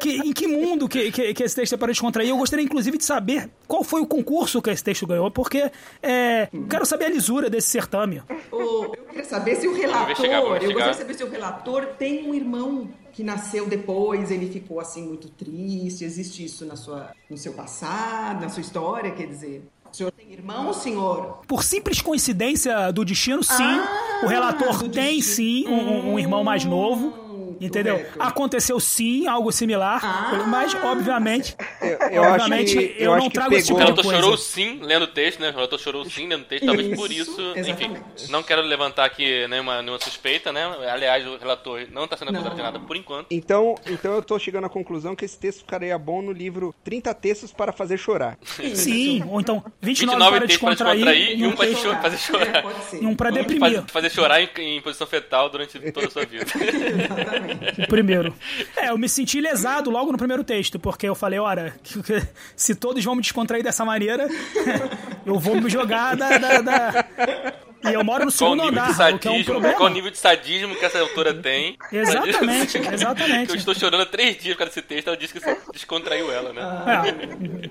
Que, em que mundo que, que, que esse texto é para descontrair? Eu gostaria, inclusive, de saber qual foi o concurso que esse texto ganhou, porque é, quero saber a lisura desse certame.
O- eu queria saber se o
Vamos
relator,
investigar, vamos
eu
investigar.
gostaria de saber se o relator tem um irmão que nasceu depois, ele ficou assim muito triste, existe isso na sua, no seu passado, na sua história, quer dizer. O senhor tem irmão, senhor?
Por simples coincidência do destino, sim.
Ah,
o relator
do
tem,
destino.
sim, um, um- um irmão mais novo.
Hum,
Entendeu?
correto.
Aconteceu sim algo similar,
Ah,
mas obviamente,
Eu, eu acho
obviamente
que, eu
eu
acho
não
que
trago esse
O
pegou.
Outra
relator
coisa.
chorou sim lendo o texto, né? O relator chorou sim lendo o texto, talvez por
Isso,
isso. Enfim,
exatamente.
não quero levantar aqui nenhuma, nenhuma suspeita, né? Aliás, o relator não está sendo acusado de
Não.
nada por enquanto.
Então, então eu tô chegando à conclusão que esse texto ficaria bom no livro 30 textos para fazer chorar.
sim, ou então 29,
29
para
textos para
descontrair,
descontrair e um Então, para
texto-
cho- fazer
É,
chorar.
pode ser.
e um para deprimir.
Faz- fazer chorar em, em posição fetal durante toda a sua vida.
Exatamente.
O primeiro. [LAUGHS] É, eu me senti lesado logo no primeiro texto, porque eu falei, ora, [LAUGHS] que- que- se todos vão me descontrair dessa maneira, [LAUGHS] eu vou me jogar da. da- da- E eu moro no
Qual o
segundo
nível de
andar, o que é um
sadismo, qual o
problema.
nível de sadismo que essa autora tem? [LAUGHS]
Exatamente, exatamente.
Que eu estou chorando há três dias por causa desse texto, ela disse que isso descontraiu ela, né?
É.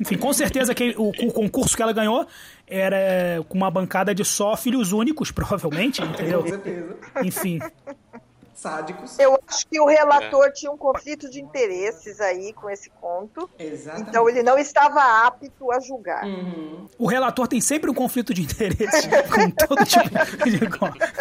Enfim, com certeza que o, o concurso que ela ganhou era com uma bancada de só filhos únicos, provavelmente,
Com
entendeu?
certeza.
Enfim.
sádicos.
Eu acho que o relator
É.
tinha um conflito de interesses aí com esse conto.
Exatamente.
Então ele não estava apto a julgar.
Uhum.
O relator tem sempre um conflito de interesse [LAUGHS] com todo tipo de conta.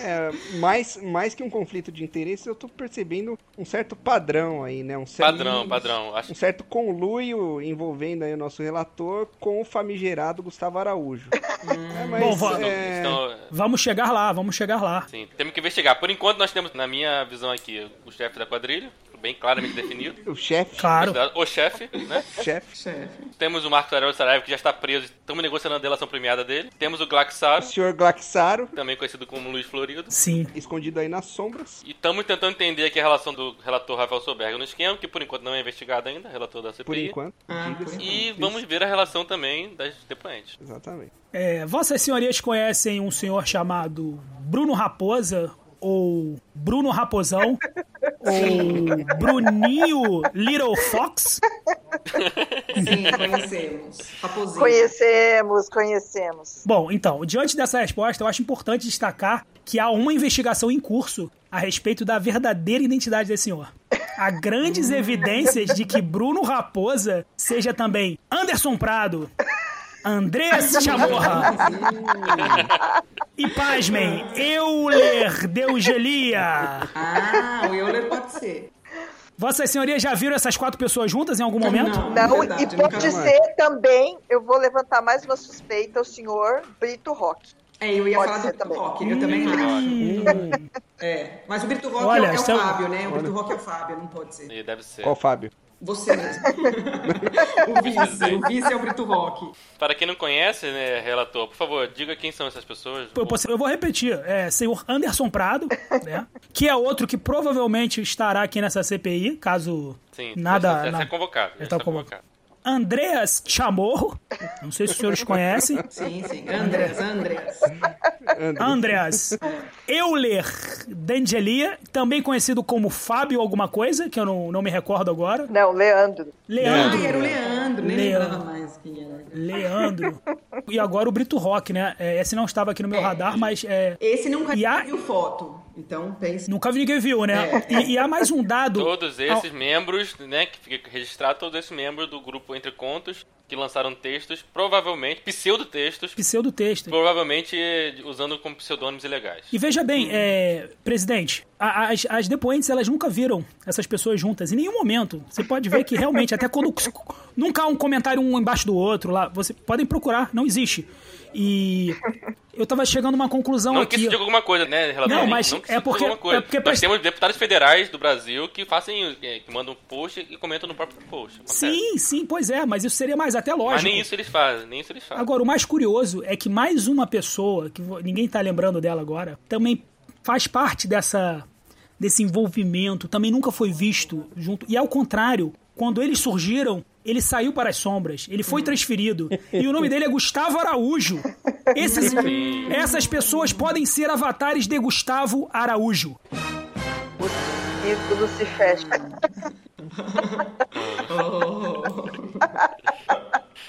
É, mais, mais que um conflito de interesses, eu tô percebendo um certo padrão aí, né? Um certo,
Padrão, padrão. Acho
Um certo conluio envolvendo aí o nosso relator com o famigerado Gustavo Araújo. É, mas,
Bom, vó-
é,
Então,
[LAUGHS] Vamos chegar lá, vamos chegar lá.
sim, assim, temos que investigar. Por enquanto, nós temos, na minha visão aqui, o chefe da quadrilha, bem claramente definido.
o chefe,
Claro.
O chefe, né?
chefe,
Chefe.
Temos o Marcos Aurélio Saraiva, que já está preso. Estamos negociando a delação premiada dele. Temos o Glaxaro,
o senhor Glaxaro,
também conhecido como Luiz Florido.
Sim.
escondido aí nas sombras.
E estamos tentando entender aqui a relação do relator Rafael Soberg no esquema, que por enquanto não é investigado ainda, relator da CPI.
Por enquanto,
Ah,
diga-se.
por
E vamos ver a relação também das depoentes.
Exatamente.
É, vossas senhorias conhecem um senhor chamado Bruno Raposa ou Bruno Raposão ou Bruninho Little Fox?
Sim, conhecemos. Raposinho.
Conhecemos, conhecemos.
Bom, então, diante dessa resposta, eu acho importante destacar que há uma investigação em curso a respeito da verdadeira identidade desse senhor. Há grandes evidências de que Bruno Raposa seja também Anderson Prado, Andrés Chamorra e, pasmem, Euler Deugelia.
Ah, o Euler pode ser.
Vossas senhorias já viram essas quatro pessoas juntas em algum momento?
Não,
Não,
verdade,
Então, e
nunca
pode
mais.
ser também, eu vou levantar mais uma suspeita, o senhor Brito Rock.
É, eu ia
Pode
falar
ser
do Brito
também.
Rock, eu também acho.
Hum,
É, mas o Brito Rock
Olha,
é, o- é o
seu-
Fábio, né? O Brito Rock é o Fábio, não pode ser.
E deve ser.
Qual, Fábio?
Você mesmo. [LAUGHS] o vice, o vice é o Brito Rock.
Para quem não conhece, né, relator, por favor, diga quem são essas pessoas.
eu posso- eu vou repetir. É, senhor Anderson Prado, né? Que é outro que provavelmente estará aqui nessa CPI, caso
Sim,
Nada,
Já está
não.
convocado. Já
Ele tá
está convocado.
Andreas Chamorro. Não sei se os senhores conhecem.
Sim, sim. Andrés, Andrés.
André.
[LAUGHS] Andreas Euler D'Angelia, também conhecido como Fábio alguma coisa, que eu não, não me recordo agora.
Não, Leandro.
Leandro.
Ai, Ah, era o Leandro, nem
Leandro.
lembrava mais quem era.
Leandro. E agora o Brito Rock, né? É, Esse não estava aqui no meu radar, mas é,
Esse nunca
E a-
viu foto. Então, pense.
nunca ninguém viu, né? E, e há mais um dado.
Todos esses membros, né, que fica registrado, todos esses membros do grupo Entre Contos, que lançaram textos, provavelmente, pseudotextos,
Pseudotexto.
provavelmente eh, usando como pseudônimos ilegais.
E veja bem, é, presidente, a- as, as depoentes elas nunca viram essas pessoas juntas, em nenhum momento. Você pode ver que realmente, até quando. [LAUGHS] Nunca há um comentário um embaixo do outro lá. Você podem procurar, não existe. E eu tava chegando a uma conclusão
Não que
Então aqui.
isso diga alguma coisa, né, relator?
Não, mas
que isso
é
diga
porque-
alguma coisa.
é porque
Nós
presta-
temos deputados federais do Brasil que fazem, eh, que mandam post e comentam no próprio post. Acontece.
Sim, sim, pois é, mas isso seria mais até lógico.
Mas nem isso eles fazem, nem isso eles fazem.
Agora, o mais curioso é que mais uma pessoa, que vo- ninguém tá lembrando dela agora, também faz parte dessa desse envolvimento, também nunca foi visto junto. E ao contrário, quando eles surgiram, ele saiu para as sombras, ele foi transferido. E o nome dele é Gustavo Araújo. Esses- essas pessoas podem ser avatares de Gustavo Araújo.
Ídolo se fecha.
Oh.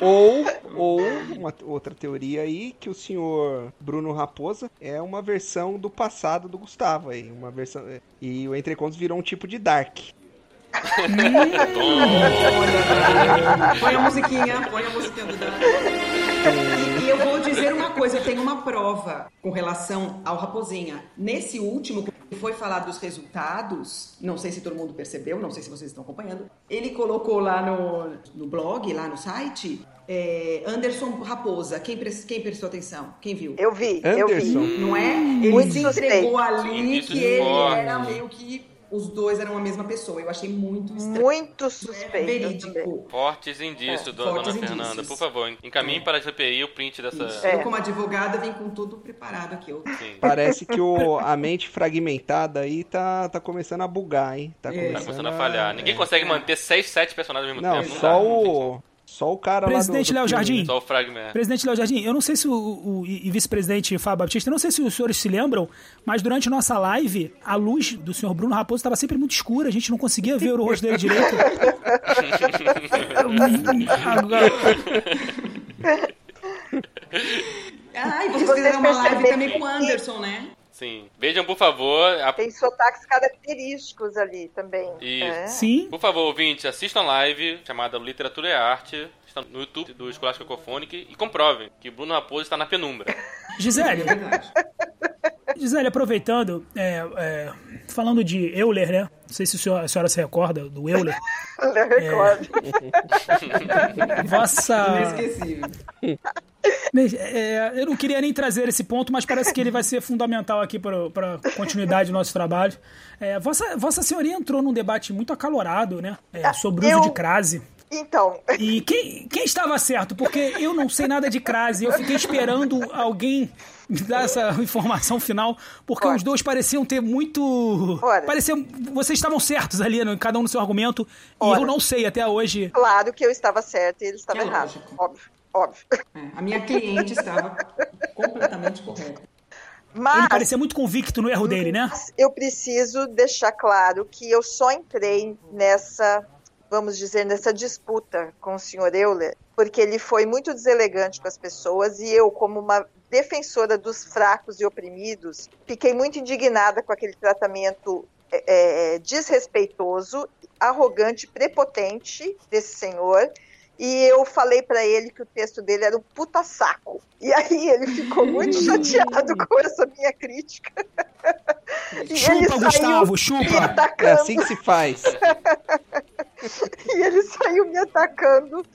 Ou, ou uma outra teoria aí, que o senhor Bruno Raposa é uma versão do passado do Gustavo aí. Uma versão. é, E o Entre Contos virou um tipo de Dark.
Põe a musiquinha, põe a musiquinha do Dark. E, e eu vou dizer uma coisa, eu tenho uma prova com relação ao Raposinha. Nesse último, que foi falar dos resultados, não sei se todo mundo percebeu, não sei se vocês estão acompanhando, ele colocou lá no, no blog, lá no site, é, Anderson Raposa. Quem, pres- quem prestou atenção? Quem viu?
Eu vi, eu vi.
Anderson.
Não é? Ele
Muito
se
suspeito.
entregou ali
Indícios
que ele
fortes.
era meio que os dois eram a mesma pessoa. Eu achei muito estranho.
Muito
É
suspeito. Hum, também.
verídico.
Fortes indícios,
É,
dona
fortes
Fernanda.
indícios.
Por favor,
É.
encaminhe para a CPI o print dessa.
Isso.
É.
Eu, como advogada, vim com tudo preparado aqui. Eu...
Sim.
Parece que o, a mente fragmentada aí tá, tá começando a bugar, hein? Tá
É.
começando,
Tá começando a falhar.
É.
Ninguém consegue manter 6, 7 personagens ao mesmo
Não,
tempo.
só
dá, não tem
o. Só o cara
Presidente
lá
Léo
do- do,
Jardim.
como. É Só o fragmento.
Presidente Léo Jardim, eu não sei se o, o- e e vice-presidente Fábio Batista, eu não sei se os senhores se lembram, mas durante nossa live, a luz do senhor Bruno Raposo estava sempre muito escura, a gente não conseguia ver o rosto dele direito. Agora-
Ah, e
E
vocês
vocês
fizeram uma live
perceberam
também com o
que-
Anderson, né?
Sim. Vejam, por favor. a-
Tem sotaques característicos ali também.
Isso.
né?
Sim.
Por favor, ouvinte, assistam a live chamada Literatura e Arte. Está no YouTube do Escolástico Cacofonic e comprovem que Bruno Raposo está na penumbra.
Gisele,
Verdade.
Gisele, aproveitando, é, é, falando de Euler, né? Não sei se a senhora, a senhora se recorda do Euler.
[LAUGHS] Não
É.
recordo.
Vossa.
Inesquecível.
É, eu não queria nem trazer esse ponto, mas parece que ele vai ser fundamental aqui para a continuidade do nosso trabalho. É, vossa, vossa senhoria entrou num debate muito acalorado, né? É, sobre o uso
Tá, Eu-
de crase.
Então, [LAUGHS]
E quem, quem estava certo? Porque eu não sei nada de crase. Eu fiquei esperando alguém me dar essa informação final, porque
Ora.
os dois pareciam ter muito.
Ora.
Pareciam. Vocês estavam certos ali, no- cada um no seu argumento.
Ora.
E eu não sei até hoje.
claro que eu estava certa e ele estava
É
errado.
lógico.
Óbvio, óbvio.
É, a minha cliente estava completamente correta.
Ele
Mas
parecia muito convicto no erro
Hum.
dele, né?
Mas eu preciso deixar claro que eu só entrei nessa, vamos dizer, nessa disputa com o senhor Euler, porque ele foi muito deselegante com as pessoas e eu, como uma defensora dos fracos e oprimidos, fiquei muito indignada com aquele tratamento é, é, desrespeitoso, arrogante, prepotente desse senhor. E eu falei pra ele que o texto dele era um puta saco. E aí ele ficou
[LAUGHS]
muito chateado com essa minha crítica. E ele
Chupa,
saiu
Gustavo,
me [LAUGHS]
chupa!
É
atacando,
assim que se faz.
[LAUGHS] e ele saiu me atacando,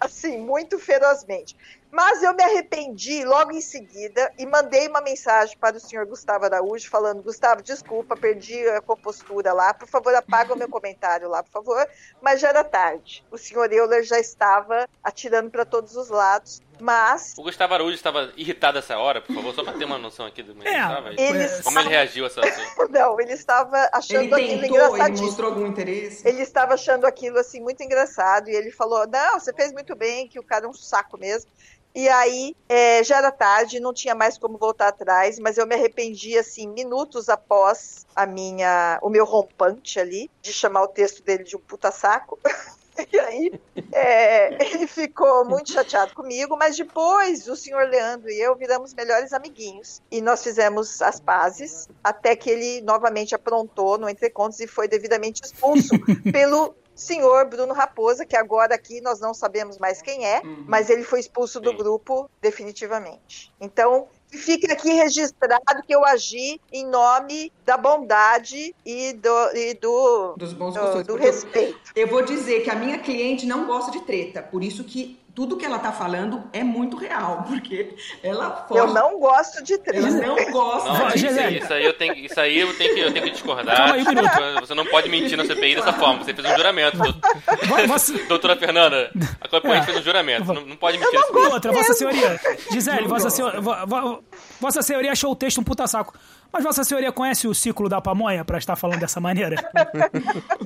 assim, muito ferozmente. Mas eu me arrependi logo em seguida e mandei uma mensagem para o senhor Gustavo Araújo, falando: Gustavo, desculpa, perdi a compostura lá, por favor, apaga o
[LAUGHS]
meu comentário lá, por favor. Mas já era tarde. O senhor Euler já estava atirando para todos os lados, mas [LAUGHS]
O Gustavo Araújo estava irritado essa hora, por favor, só para ter uma noção aqui do como ele
É,
estava.
ele,
Como ele reagiu a essa
não, ele estava
Ele
achando aquilo
tentou, ele
engraçadíssimo.
mostrou algum interesse.
ele estava achando aquilo assim muito engraçado e ele falou: Não, você fez muito bem, que o cara é um saco mesmo. E aí é, já era tarde, não tinha mais como voltar atrás, mas eu me arrependi assim minutos após a minha, o meu rompante ali de chamar o texto dele de um puta saco. [LAUGHS] E aí, é, [LAUGHS] ele ficou muito chateado comigo, mas depois o senhor Leandro e eu viramos melhores amiguinhos. E nós fizemos as pazes, até que ele novamente aprontou no Entrecontos e foi devidamente expulso
[LAUGHS]
pelo senhor Bruno Raposa, que agora aqui nós não sabemos mais quem é,
Uhum.
mas ele foi expulso do
Sim.
grupo definitivamente. Então, que fique aqui registrado que eu agi em nome da bondade e do, e do,
Dos bons
do,
costumes.
do
porque eu-
respeito.
Eu vou dizer que a minha cliente não gosta de treta, por isso que tudo que ela tá falando é muito real, [LAUGHS] porque ela
Eu
foge,
não gosto de
ela
três.
não gosta
Não,
Vai,
de
isso, aí,
Gisele.
isso aí eu tenho, isso aí eu tenho que, eu tenho que discordar.
Calma aí, um minuto.
Desculpa, Você não pode mentir na CPI dessa forma. Você fez um juramento. do-
Vo- Vossa...
Doutora Fernanda, a corpoente
É.
fez um juramento. Não, não pode mentir.
E
nessa forma.
outra, Vossa Senhoria. Gisele,
Não
vossa,
gosto.
senhor, vo- vo- vossa Senhoria achou o texto um puta saco. Mas Vossa Senhoria conhece o ciclo da pamonha pra estar falando dessa
[LAUGHS]
maneira?
É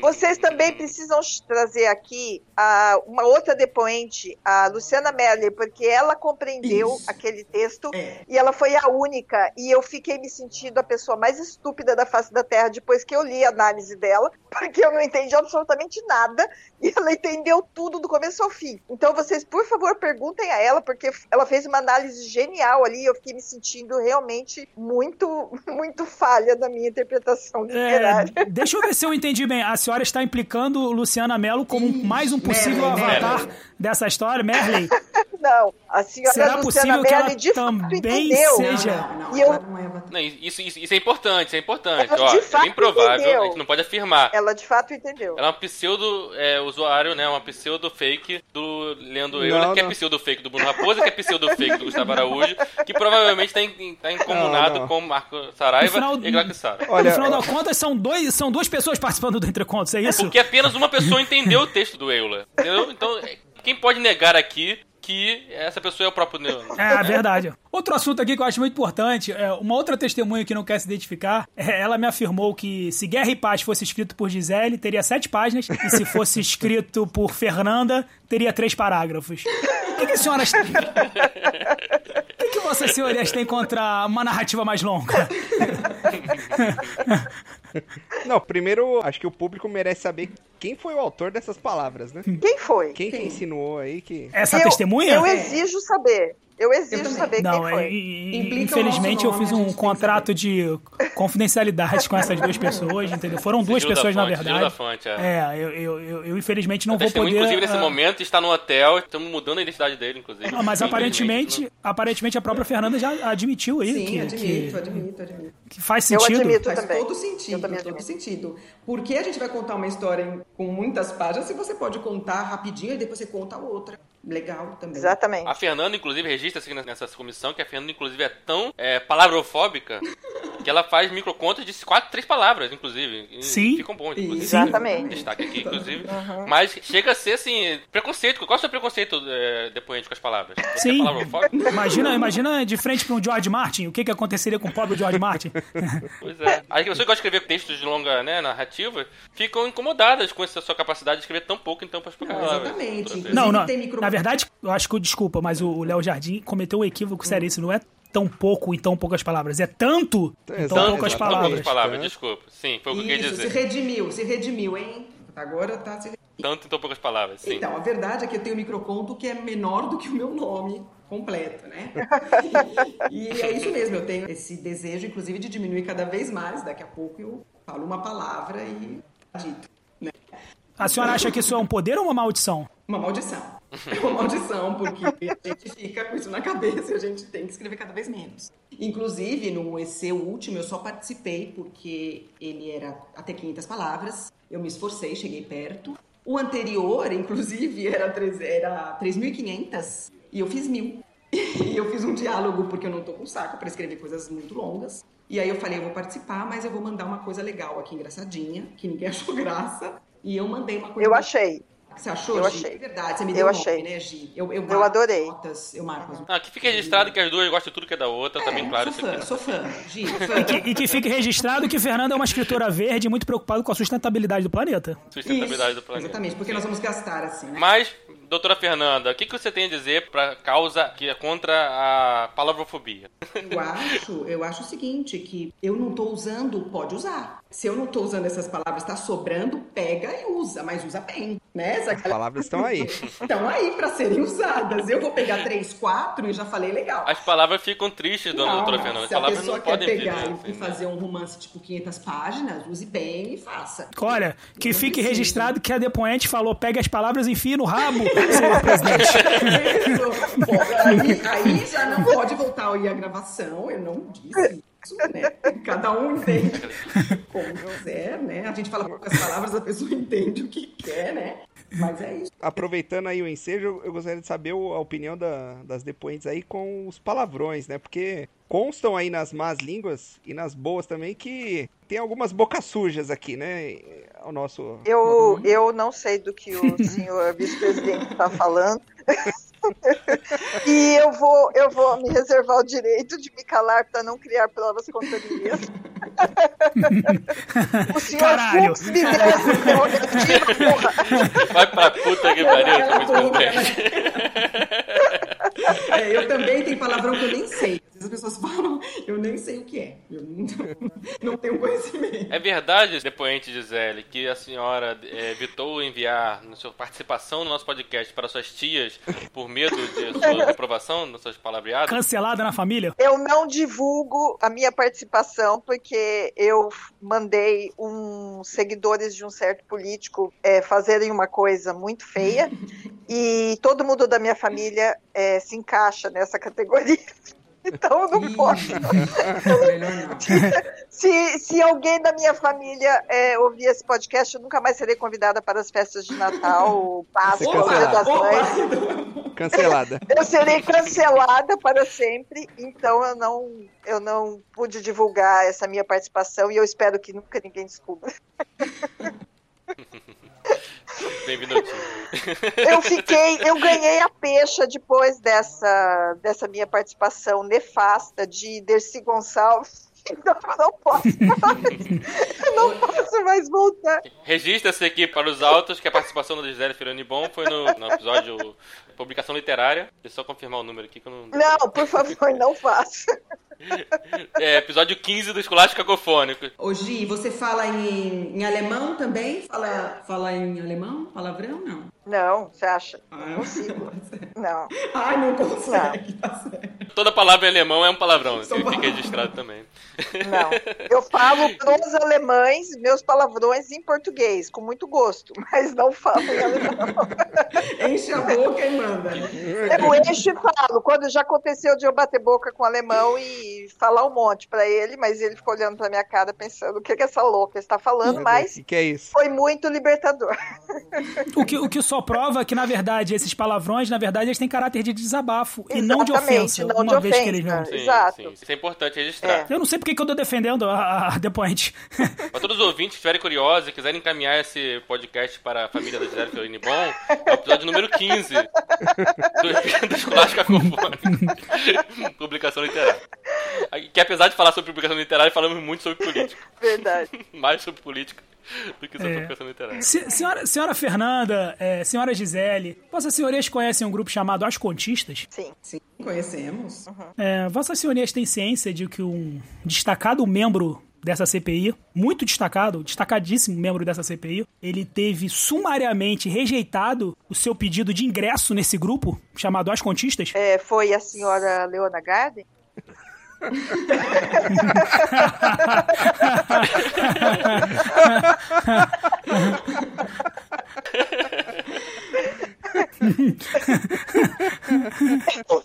Vocês também precisam ch- trazer aqui a- uma outra depoente, a Luciana Meller, porque ela compreendeu
Isso.
aquele texto
É.
e ela foi a única. E eu fiquei me sentindo a pessoa mais estúpida da face da Terra depois que eu li a análise dela, [LAUGHS] porque eu não entendi absolutamente nada e ela entendeu tudo do começo ao fim. Então vocês, por favor, perguntem a ela, porque f- ela fez uma análise genial ali e eu fiquei me sentindo realmente muito, [LAUGHS] muito falha da minha interpretação literária.
É, deixa eu ver se eu entendi bem. A senhora está implicando Luciana Mello como um- mais um possível
Merlin,
avatar
Merlin.
dessa história, Merlin.
Não, a senhora
Será
Luciana
possível que ela
Melli de fato
também
entendeu.
seja-
Não, não, não,
E eu-
ela não é avatar.
Não, isso, isso- isso é importante, isso é importante.
Ela
Ó,
de
é
fato
bem provável,
entendeu.
a gente não pode afirmar.
Ela de fato entendeu.
Ela é um pseudo é, usuário, né? Uma pseudo fake do Leandro
Não,
Euler, que é
não.
pseudo fake do Bruno Raposa, que é pseudo fake do
[LAUGHS]
Gustavo Araújo, que provavelmente tá, em, tá incomunado
Não, não.
com Marco Saraiva
No final-
e Glauco Sara.
no final
Olha,
das contas, são, dois, são duas pessoas participando do Entrecontos, é isso?
Porque apenas uma pessoa entendeu o texto do Euler. Entendeu? Então, é, quem pode negar aqui que essa pessoa é o próprio Leandro?
É, verdade. Outro assunto aqui que eu acho muito importante, é, uma outra testemunha que não quer se identificar, é, ela me afirmou que se Guerra e Paz fosse escrito por Gisele, teria sete páginas, e se fosse escrito por Fernanda, teria três parágrafos. O que, que as senhoras têm? O que, que vossas senhorias têm contra uma narrativa mais longa?
não, primeiro, acho que o público merece saber quem foi o autor dessas palavras, né?
Quem foi?
Quem que insinuou aí que.
Essa
eu,
testemunha?
Eu exijo saber. Eu exijo
também.
saber
Não,
quem foi. um
e- e-
Implica o
infelizmente
nosso
eu fiz
nome,
um
né?
a gente tem que
contrato de confidencialidade com essas duas pessoas, entendeu? Foram duas
Sigilo da
pessoas, na
fonte, sigilo
verdade.
da fonte,
é, eu, eu, eu, eu, infelizmente não vou
Testemunho,
poder.
inclusive, nesse
ah,
momento, está no hotel. Estamos mudando a identidade dele, inclusive.
ah, mas aparentemente, aparentemente a própria Fernanda já admitiu aí
Sim,
que,
admito,
que,
admito, admito.
que faz
Eu
sentido.
admito.
Faz
também.
todo
Eu
sentido,
também
todo
admito.
sentido. Por que a gente vai contar uma história em- com muitas páginas se você pode contar rapidinho e depois você conta outra? Legal também.
Exatamente.
A Fernanda, inclusive, registra-se nessa comissão que a Fernanda, inclusive, é tão é, palavrofóbica que ela faz microcontas de quatro, três palavras, inclusive. E
Sim.
Ficam bons,
Sim.
inclusive. um
Exatamente.
Destaque aqui, inclusive. Mas chega a ser, assim, preconceito. Qual é o seu preconceito, é, depoente, com as palavras? Você
Sim.
é palavrofóbico?
Imagina, imagina de frente para um George Martin, o que, que aconteceria com o pobre George
[LAUGHS]
Martin?
Pois é. As pessoas que gostam de escrever textos de longa né, narrativa ficam incomodadas com essa sua capacidade de escrever tão pouco em tão poucas
Não,
palavras.
Ah, exatamente.
Todas
[LAUGHS] Não, não.
Tem micro-
Na verdade, eu acho que, desculpa, mas o o Léo Jardim cometeu um equívoco
Hum.
seríssimo. Não é tão pouco em tão poucas palavras. É tanto em tão
Tanto,
poucas
Tão
palavras.
poucas palavras,
né?
desculpa. Sim, foi É o que eu queria
Isso, se
dizer.
redimiu, se redimiu, hein? Agora tá se
Tanto em tão poucas palavras, sim.
Então, a verdade é que eu tenho um microconto que é menor do que o meu nome completo,
[LAUGHS]
né? e é isso mesmo, eu tenho esse desejo, inclusive, de diminuir cada vez mais. Daqui a pouco eu falo uma palavra e dito.
A senhora acha que isso é um poder ou uma maldição?
Uma maldição. É uma maldição, porque a gente fica com isso na cabeça e a gente tem que escrever cada vez menos. Inclusive, no EC último, eu só participei porque ele era até 500 palavras. Eu me esforcei, cheguei perto. O anterior, inclusive, era três- era 3.500 e eu fiz mil. [LAUGHS] E eu fiz um diálogo porque eu não tô com saco para escrever coisas muito longas. E aí eu falei, eu vou participar, mas eu vou mandar uma coisa legal aqui, engraçadinha, que ninguém [LAUGHS] achou graça. E eu mandei uma coisa
Eu achei.
você achou,
Eu
Gi?
achei.
É verdade, você me
Eu
deu o
achei.
nome, né, Gi? Eu, eu,
adorei.
As notas, eu marco as notas.
Ah, que fica registrado que as duas gostam de tudo que é da outra, tá bem
É,
claro isso
sou fã,
aqui.
sou fã,
[LAUGHS]
Gi, fã.
E que fique registrado que Fernanda é uma escritora verde e muito preocupada com a sustentabilidade do planeta.
Sustentabilidade
Isso,
é do planeta.
Exatamente, porque nós vamos gastar assim, né?
Mas, doutora Fernanda, o que, que você tem a dizer pra causa que é contra a palavrofobia?
Eu acho, eu acho o seguinte, que eu não tô usando, pode usar. Se eu não tô usando essas palavras, tá sobrando, pega e usa, mas usa bem, né? Essa
As palavras estão aí.
Estão aí pra serem usadas. Eu vou pegar três, quatro e já falei legal.
As palavras ficam tristes, dona doutora Fernanda. As
se a
palavras
pessoa
não
quer
podem vir.
pegar e-
assim,
e
né?
fazer um romance tipo 500 páginas, use bem e faça.
Olha, que
Não
fique
né?
precisa. [LAUGHS]
registrado que a depoente falou: pegue as palavras e enfie no
[LAUGHS]
rabo, senhor presidente.
Bom, aí, aí já não pode voltar a ouvir a gravação, eu não disse isso, né? Cada um entende como quiser, né? A gente fala poucas palavras, a pessoa entende o que quer, né? Mas é isso.
Aproveitando aí o ensejo, eu- eu gostaria de saber o- a opinião da- das depoentes aí com os palavrões, né? Porque constam aí nas más línguas e nas boas também que tem algumas bocas sujas aqui, né? E- O nosso.
Uhum.
Eu, eu não sei do
[LAUGHS]
que o senhor vice-presidente está falando. [LAUGHS] e eu vou, eu vou me reservar o direito de me calar para não criar provas contra mim
[LAUGHS]
mesmo. o senhor
Caralho.
Fux me deu essa prerrogativa, porra.
Vai pra puta que pariu,
Aquela
muito
boca,
bem.
mas- É, eu também tenho palavrão que eu nem sei. Às vezes as pessoas falam, eu nem sei o que é. Eu não, não tenho conhecimento.
É verdade, depoente Gisele, que a senhora eh, evitou enviar na sua participação no nosso podcast para suas tias por medo de
[LAUGHS]
sua reprovação, das suas palavreadas?
Cancelada na família?
Eu não divulgo a minha participação porque eu mandei um seguidores de um certo político eh, fazerem uma coisa muito feia e todo mundo da minha família eh, se encaixa nessa categoria. [LAUGHS] Então eu não posso.
Melhor não.
Se, se alguém da minha família eh, ouvir esse podcast, eu nunca mais serei convidada para as festas de Natal, Páscoa,
Opa,
Dia das Mães.
Cancelada.
Eu serei cancelada para sempre, então eu não, eu não pude divulgar essa minha participação e eu espero que nunca ninguém descubra.
Bem-vindo ao time.
Eu fiquei, eu ganhei a peixa depois dessa, dessa minha participação nefasta de Dercy Gonçalves. Então eu não posso mais, eu não posso mais voltar.
Registra-se aqui para os autos que a participação da Gisele Firani Bom foi no, no episódio publicação literária. Deixa eu só confirmar o número aqui que eu não.
Não, por favor, não faça.
É, episódio 15 do Esculacho Cacofônico.
Ô Gi, você fala em, em alemão também? Fala, fala em alemão? Palavrão? Não.
Não, você acha?
Ah,
[LAUGHS] consigo.
consegue.
Não.
Ai, não consegue. Tá certo.
Toda palavra em alemão é um palavrão,
São
que fica
palavras.
registrado também.
Não. Eu falo pros alemães meus palavrões em português, com muito gosto, [LAUGHS] mas não falo em alemão.
Enche a boca e manda. né?
Eu encho e falo. Quando já aconteceu de eu bater boca com o alemão e falar um monte pra ele, mas ele ficou olhando pra minha cara pensando o que, que essa louca está falando,
O
mas
que, que é isso?
foi muito libertador. [LAUGHS]
O que, o que só prova que, na verdade, esses palavrões, na verdade, eles têm caráter de desabafo e não de
Exatamente,
ofensa.
não
uma
de
vez que
ofensa.
eles não.
Sim,
Exato.
sim. Isso é importante registrar.
Eu não sei porque que eu tô defendendo a, a The Point.
Para todos os ouvintes que estiverem curiosos e quiserem encaminhar esse podcast para a família da Gisele Fiorine Bom, é o episódio número 15 do, do Esculacho Cacofônico. [LAUGHS] publicação literária. Que apesar de falar sobre publicação literária, falamos muito sobre política.
Verdade.
[LAUGHS] Mais sobre política do que sobre
É.
publicação literária.
Se- senhora, senhora Fernanda, é, senhora Gisele, vossas senhorias conhecem um grupo chamado As Contistas?
Sim.
Sim, conhecemos.
Uhum.
É, vossas senhorias têm ciência de que um destacado membro dessa CPI, muito destacado, destacadíssimo membro dessa CPI, ele teve sumariamente rejeitado o seu pedido de ingresso nesse grupo chamado As Contistas? [LAUGHS]
É, foi a senhora Leona Garden?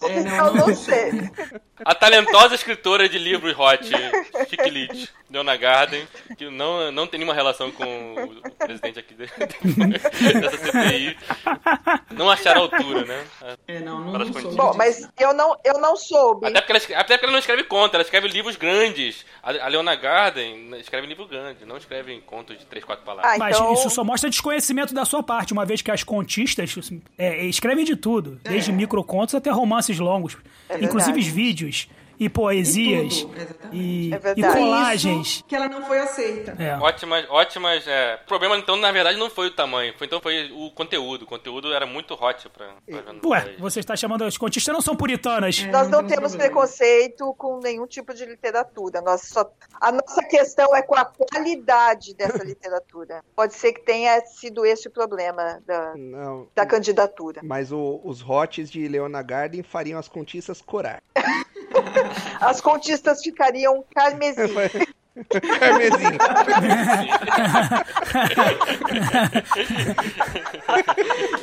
É,
Eu não sei.
A talentosa escritora de livros hot, Chick Leach, Leona Garden, que não, não tem nenhuma relação com o presidente aqui de- [LAUGHS] dessa CPI. Não acharam a altura, né?
É, não, não,
Para as
não sou.
condições.
Bom, mas eu não, eu não soube.
Até porque, ela, escre- até porque ela não escreve conto, ela escreve livros grandes. A, a Leona Garden escreve livro grande, não escreve em contos de três, quatro palavras.
Ah,
Mas
então...
isso só mostra desconhecimento da sua parte, uma vez que as contistas assim, é, escrevem de tudo, desde microcontos até romances longos,
É verdade.
inclusive os vídeos e poesias
tudo, exatamente.
e,
É
e
verdade.
Por isso
colagens.
que ela não foi aceita.
É.
Ótimas, ótimas. é. O problema, então, na verdade, não foi o tamanho, foi, então foi o conteúdo. O conteúdo era muito hot pra. pra
Ué, você está chamando as contistas não são puritanas.
Nós não,
Não tem
temos
problema.
preconceito com nenhum tipo de literatura. Nós só- a nossa questão é com a qualidade dessa literatura. Pode ser que tenha sido esse o problema da,
Não.
da candidatura.
Mas o- os hotes de Leona Garden fariam as contistas corar. [LAUGHS]
As contistas ficariam
[LAUGHS]
carmesim.
Carmezinho.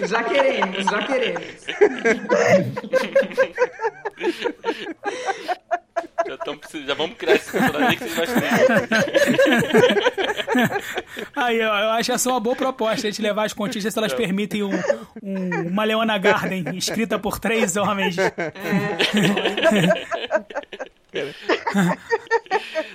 Já queremos, já queremos.
Já, tão precis- já vamos criar esse personagem que vocês gostem.
Aí, ó, eu acho essa uma boa proposta, a gente levar as contistas se elas permitem um- um- uma Leona Garden escrita por três homens.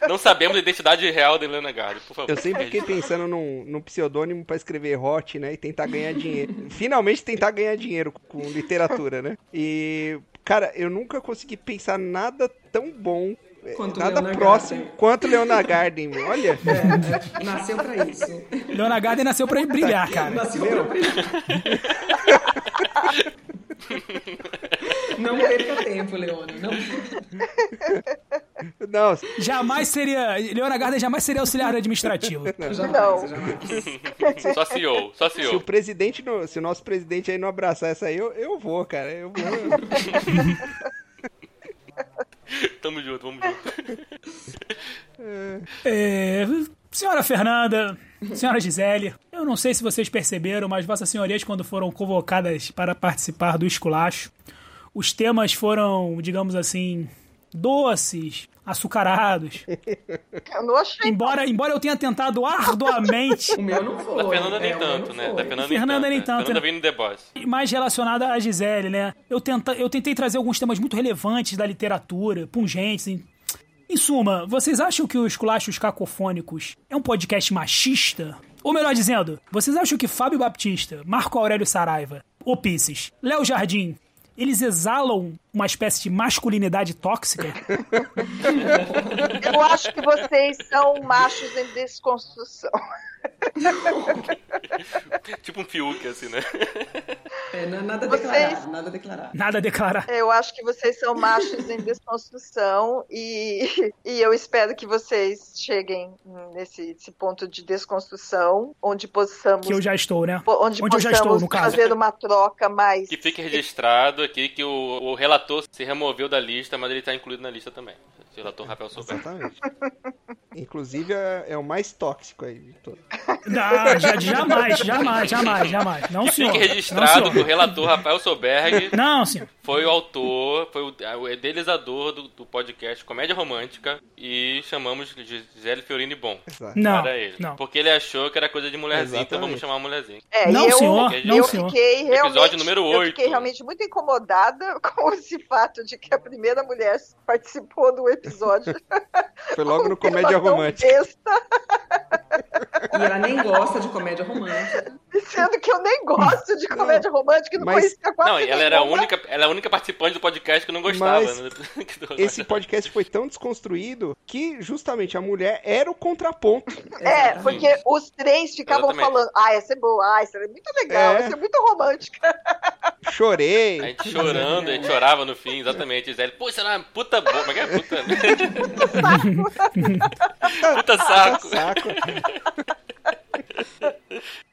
Não sabemos a identidade real da Helena Garden, por favor.
Eu sempre fiquei pensando num, num pseudônimo pra escrever hot, né? E tentar ganhar dinheiro. Finalmente tentar ganhar dinheiro com literatura, né? E, cara, eu nunca consegui pensar nada tão bom. eh,
Quanto
nada
Leona
próximo
Garden.
quanto Leona Garden. meu. Olha,
[LAUGHS] É, nasceu pra isso.
Leona Garden nasceu pra brilhar, cara.
Nasceu pra brilhar. Não perca tempo, Leona. Não
não,
Jamais seria. Leona Garden jamais seria auxiliar administrativo.
jamais,
Não.
jamais.
Só CEO, só
se o
CEO.
presidente, não- se o nosso presidente aí não abraçar essa aí, eu, eu vou, cara. Eu vou.
Tamo junto, vamos junto.
É, senhora Fernanda, senhora Gisele, eu não sei se vocês perceberam, mas vossas senhorias, quando foram convocadas para participar do esculacho, os temas foram, digamos assim, doces, açucarados.
Eu não achei.
Embora, embora eu tenha tentado arduamente
O meu não foi.
Da Fernanda nem
É, o meu
tanto,
não
né?
foi.
Da Fernanda,
Fernanda
nem
nem
tanto.
tanto,
né? Fernanda
né?
vem no The Boss.
mais relacionada à Gisele, né? Eu, tenta, eu tentei trazer alguns temas muito relevantes da literatura, pungentes. Em, em suma, vocês acham que os Culachos Cacofônicos é um podcast machista? Ou melhor dizendo, vocês acham que Fábio Baptista, Marco Aurélio Saraiva, Opices, Léo Jardim, eles exalam uma espécie de masculinidade
[LAUGHS]
tóxica?
Eu acho que vocês são machos em desconstrução.
Tipo um Fiuk, assim, né?
É, na- nada
Vocês-
declarado, nada declarado.
Nada a declarar.
Eu acho que vocês são machos em desconstrução e, e eu espero que vocês cheguem nesse esse ponto de desconstrução onde possamos
Que eu já estou, né?
po- onde,
onde eu já estou,
possamos
no caso.
fazer uma troca mais
Que fique registrado aqui que o, o relator se removeu da lista, mas ele tá incluído na lista também. O relator Rafael Souber.
Exatamente. Inclusive é, é o mais tóxico aí de todos.
[LAUGHS] Não, já, jamais, jamais, jamais, jamais. Não,
Que
É um senhor.
fique
não,
registrado que o
senhor.
relator Rafael Soberg
Não, senhor.
foi o autor, foi o, o idealizador do, do podcast Comédia Romântica e chamamos Gisele Fiorini Bom.
Exato.
Não,
para ele.
não.
Porque ele achou que era coisa de mulherzinha, então vamos
Exatamente.
chamar mulherzinha.
É,
Não,
e eu,
senhor,
não,
eu
senhor.
fiquei realmente,
número
Eu
oito.
fiquei realmente muito incomodada [LAUGHS] com esse fato de que a primeira mulher participou do episódio.
Foi Tipo, logo no
com um tema
Comédia
tão
Romântica.
besta,
E ela nem gosta de comédia romântica.
Sendo que eu nem gosto de comédia romântica, não
Mas-
conhecia quase
Não, ela era a
nenhuma.
única, ela é a única participante do podcast que não gostava.
Mas
né? [LAUGHS]
Esse podcast foi tão desconstruído que justamente a mulher era o contraponto.
É, porque os três ficavam
Exatamente.
falando, ah, essa é boa, ah, essa é muito legal,
É.
essa é muito romântica.
Chorei.
A gente chorando, a gente chorava no fim, exatamente. Gisele, pô, será uma puta boa, como é que é
[LAUGHS]
puta? puta saco.
Tá Saco.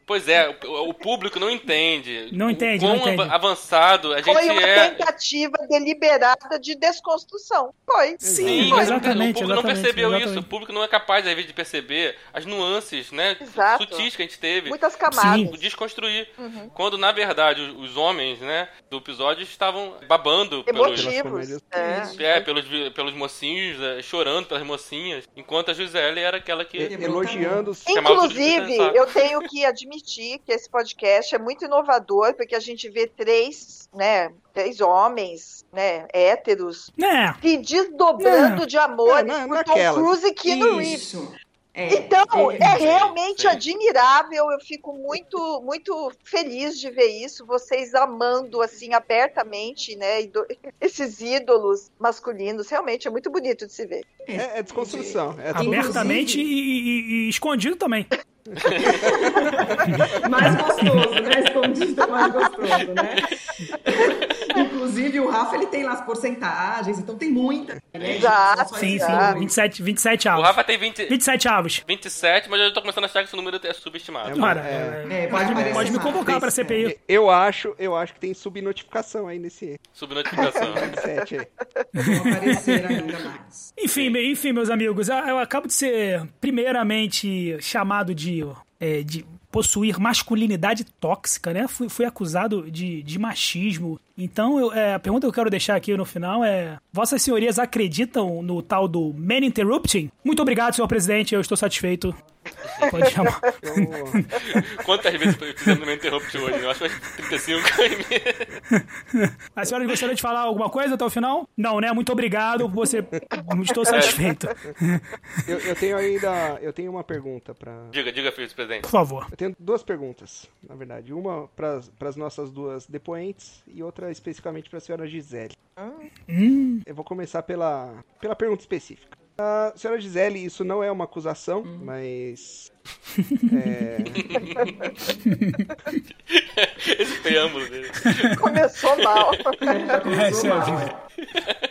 Pois é, o, o público não entende.
Não entende,
o quão
não entende.
av- avançado a gente
Foi uma
é.
tentativa deliberada de desconstrução. Foi.
Sim,
mas tá-
exatamente,
o público não
exatamente,
percebeu isso. O
exatamente.
público não é capaz, às vezes, de perceber as nuances, né?
Exato.
Sutis que a gente teve.
Muitas camadas. Uhum.
tipo, desconstruir. Quando, na verdade, os, os homens, né, do episódio estavam
É
babando pelos,
Emotivo. Pelas
Emotivos.
comédias.
É.
é, pelos, vi- pelos mocinhos, né, chorando pelas mocinhas, enquanto a Gisele era aquela que.
Ele-
Elogiando os
Chamava tudo de
Inclusive,
pensar.
eu tenho que admitir que esse podcast é muito inovador, porque a gente vê três, né, três homens, né, héteros,
Né?
se desdobrando de amores
Não, não,
por
naquelas.
Tom Cruise e Keanu Reeves.
Isso. É,
Então,
é-
é realmente
sim.
admirável, eu fico muito, muito feliz de ver isso, vocês amando, assim, abertamente, né, ido- esses ídolos masculinos, realmente é muito bonito de se ver.
É, é desconstrução. É
Inclusive-
Abertamente e, e- e escondido também.
é.
Mais gostoso, né? Escondido é mais gostoso, né?
[LAUGHS]
Inclusive, o Rafa, ele tem lá as porcentagens, então tem muita. Né?
Exato,
Só
Sim,
isso.
sim. 27, 27
O
avos.
Rafa tem 20,
27 avos.
27, mas eu já tô começando a achar que esse número é subestimado.
Para.
É.
é,
É, vai
pode, me-
aparecer
pode me
mais.
convocar pra
Esse-
CPI.
Eu acho, eu acho que tem subnotificação aí nesse [LAUGHS]
Subnotificação.
set aí.
Vão aparecer ainda mais.
Enfim, me- enfim, meus amigos, ah, eu acabo de ser primeiramente chamado de, é, de possuir masculinidade tóxica, né? Fui, fui acusado de, de machismo. Então, eu- é, a pergunta que eu quero deixar aqui no final é: Vossas senhorias acreditam no tal do man interrupting? Muito obrigado, senhor presidente, eu estou satisfeito. Pode chamar.
Eu-
Quantas vezes eu fiz no meu interrupt hoje? Eu acho que umas 35
A senhora gostaria de falar alguma coisa até o final? Não, né? Muito obrigado, você. Estou satisfeito.
eu, eu tenho ainda, eu tenho uma pergunta pra.
[LAUGHS] Diga, diga, filho, presidente.
Por favor.
Eu tenho duas perguntas, na verdade. Uma para as nossas duas depoentes e outra especificamente para a senhora Gisele. Eu vou começar pela, pela pergunta específica. A senhora Gisele, isso não é uma acusação, mas.
[LAUGHS] Esse preâmbulo dele.
Começou
[LAUGHS]
mal.
É, senhor.
Né?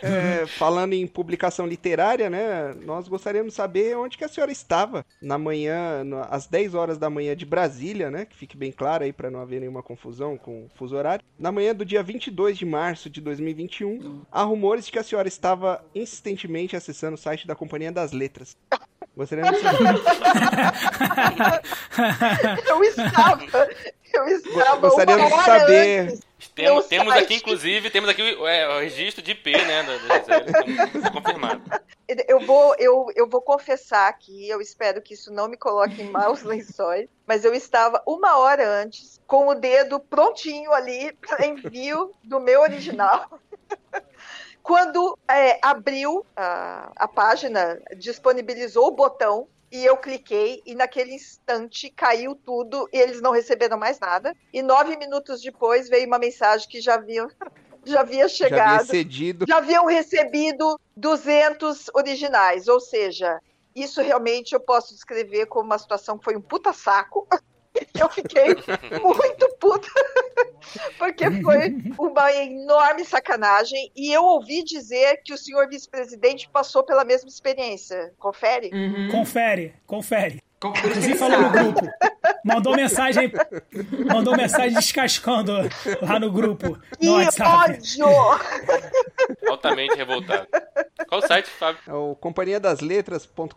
é, falando em publicação literária, né? Nós gostaríamos de saber onde que a senhora estava na manhã, no- às 10 horas da manhã de Brasília, né? Que fique bem claro aí para não haver nenhuma confusão com o fuso horário. Na manhã do dia 22 de março de 2021, há rumores de que a senhora estava insistentemente acessando o site da Companhia das Letras. Gostaríamos de
[LAUGHS]
saber,
Eu estava, eu estava
gostaria
uma
de
hora
saber.
antes.
Temos,
Meu
temos
site.
aqui, inclusive, temos aqui o, é, o registro de IP, né? Da, da Gisele, então, confirmado.
Eu vou, eu, eu vou confessar aqui, eu espero que isso não me coloque em maus [LAUGHS] lençóis, mas eu estava uma hora antes com o dedo prontinho ali [LAUGHS] para envio do meu [LAUGHS] original. Quando é, abriu a, a página, disponibilizou o botão e eu cliquei e naquele instante caiu tudo e eles não receberam mais nada. E nove minutos depois veio uma mensagem que já havia, [LAUGHS]
já
já havia
havia
chegado
cedido.
[LAUGHS] já haviam recebido 200 originais, ou seja, isso realmente eu posso descrever
[LAUGHS]
[LAUGHS] como uma situação que foi um puta [LAUGHS] saco. Eu fiquei muito puta. porque foi uma enorme sacanagem. E eu ouvi dizer que o senhor vice-presidente passou pela mesma experiência. Confere?
[LAUGHS]
Uhum.
Confere, confere.
Com-
Inclusive falou no grupo. Mandou mensagem. Mandou mensagem descascando lá no grupo.
Que
No WhatsApp.
ódio!
Altamente revoltado. Qual site, Fábio?
É o companhia das letras.com.br.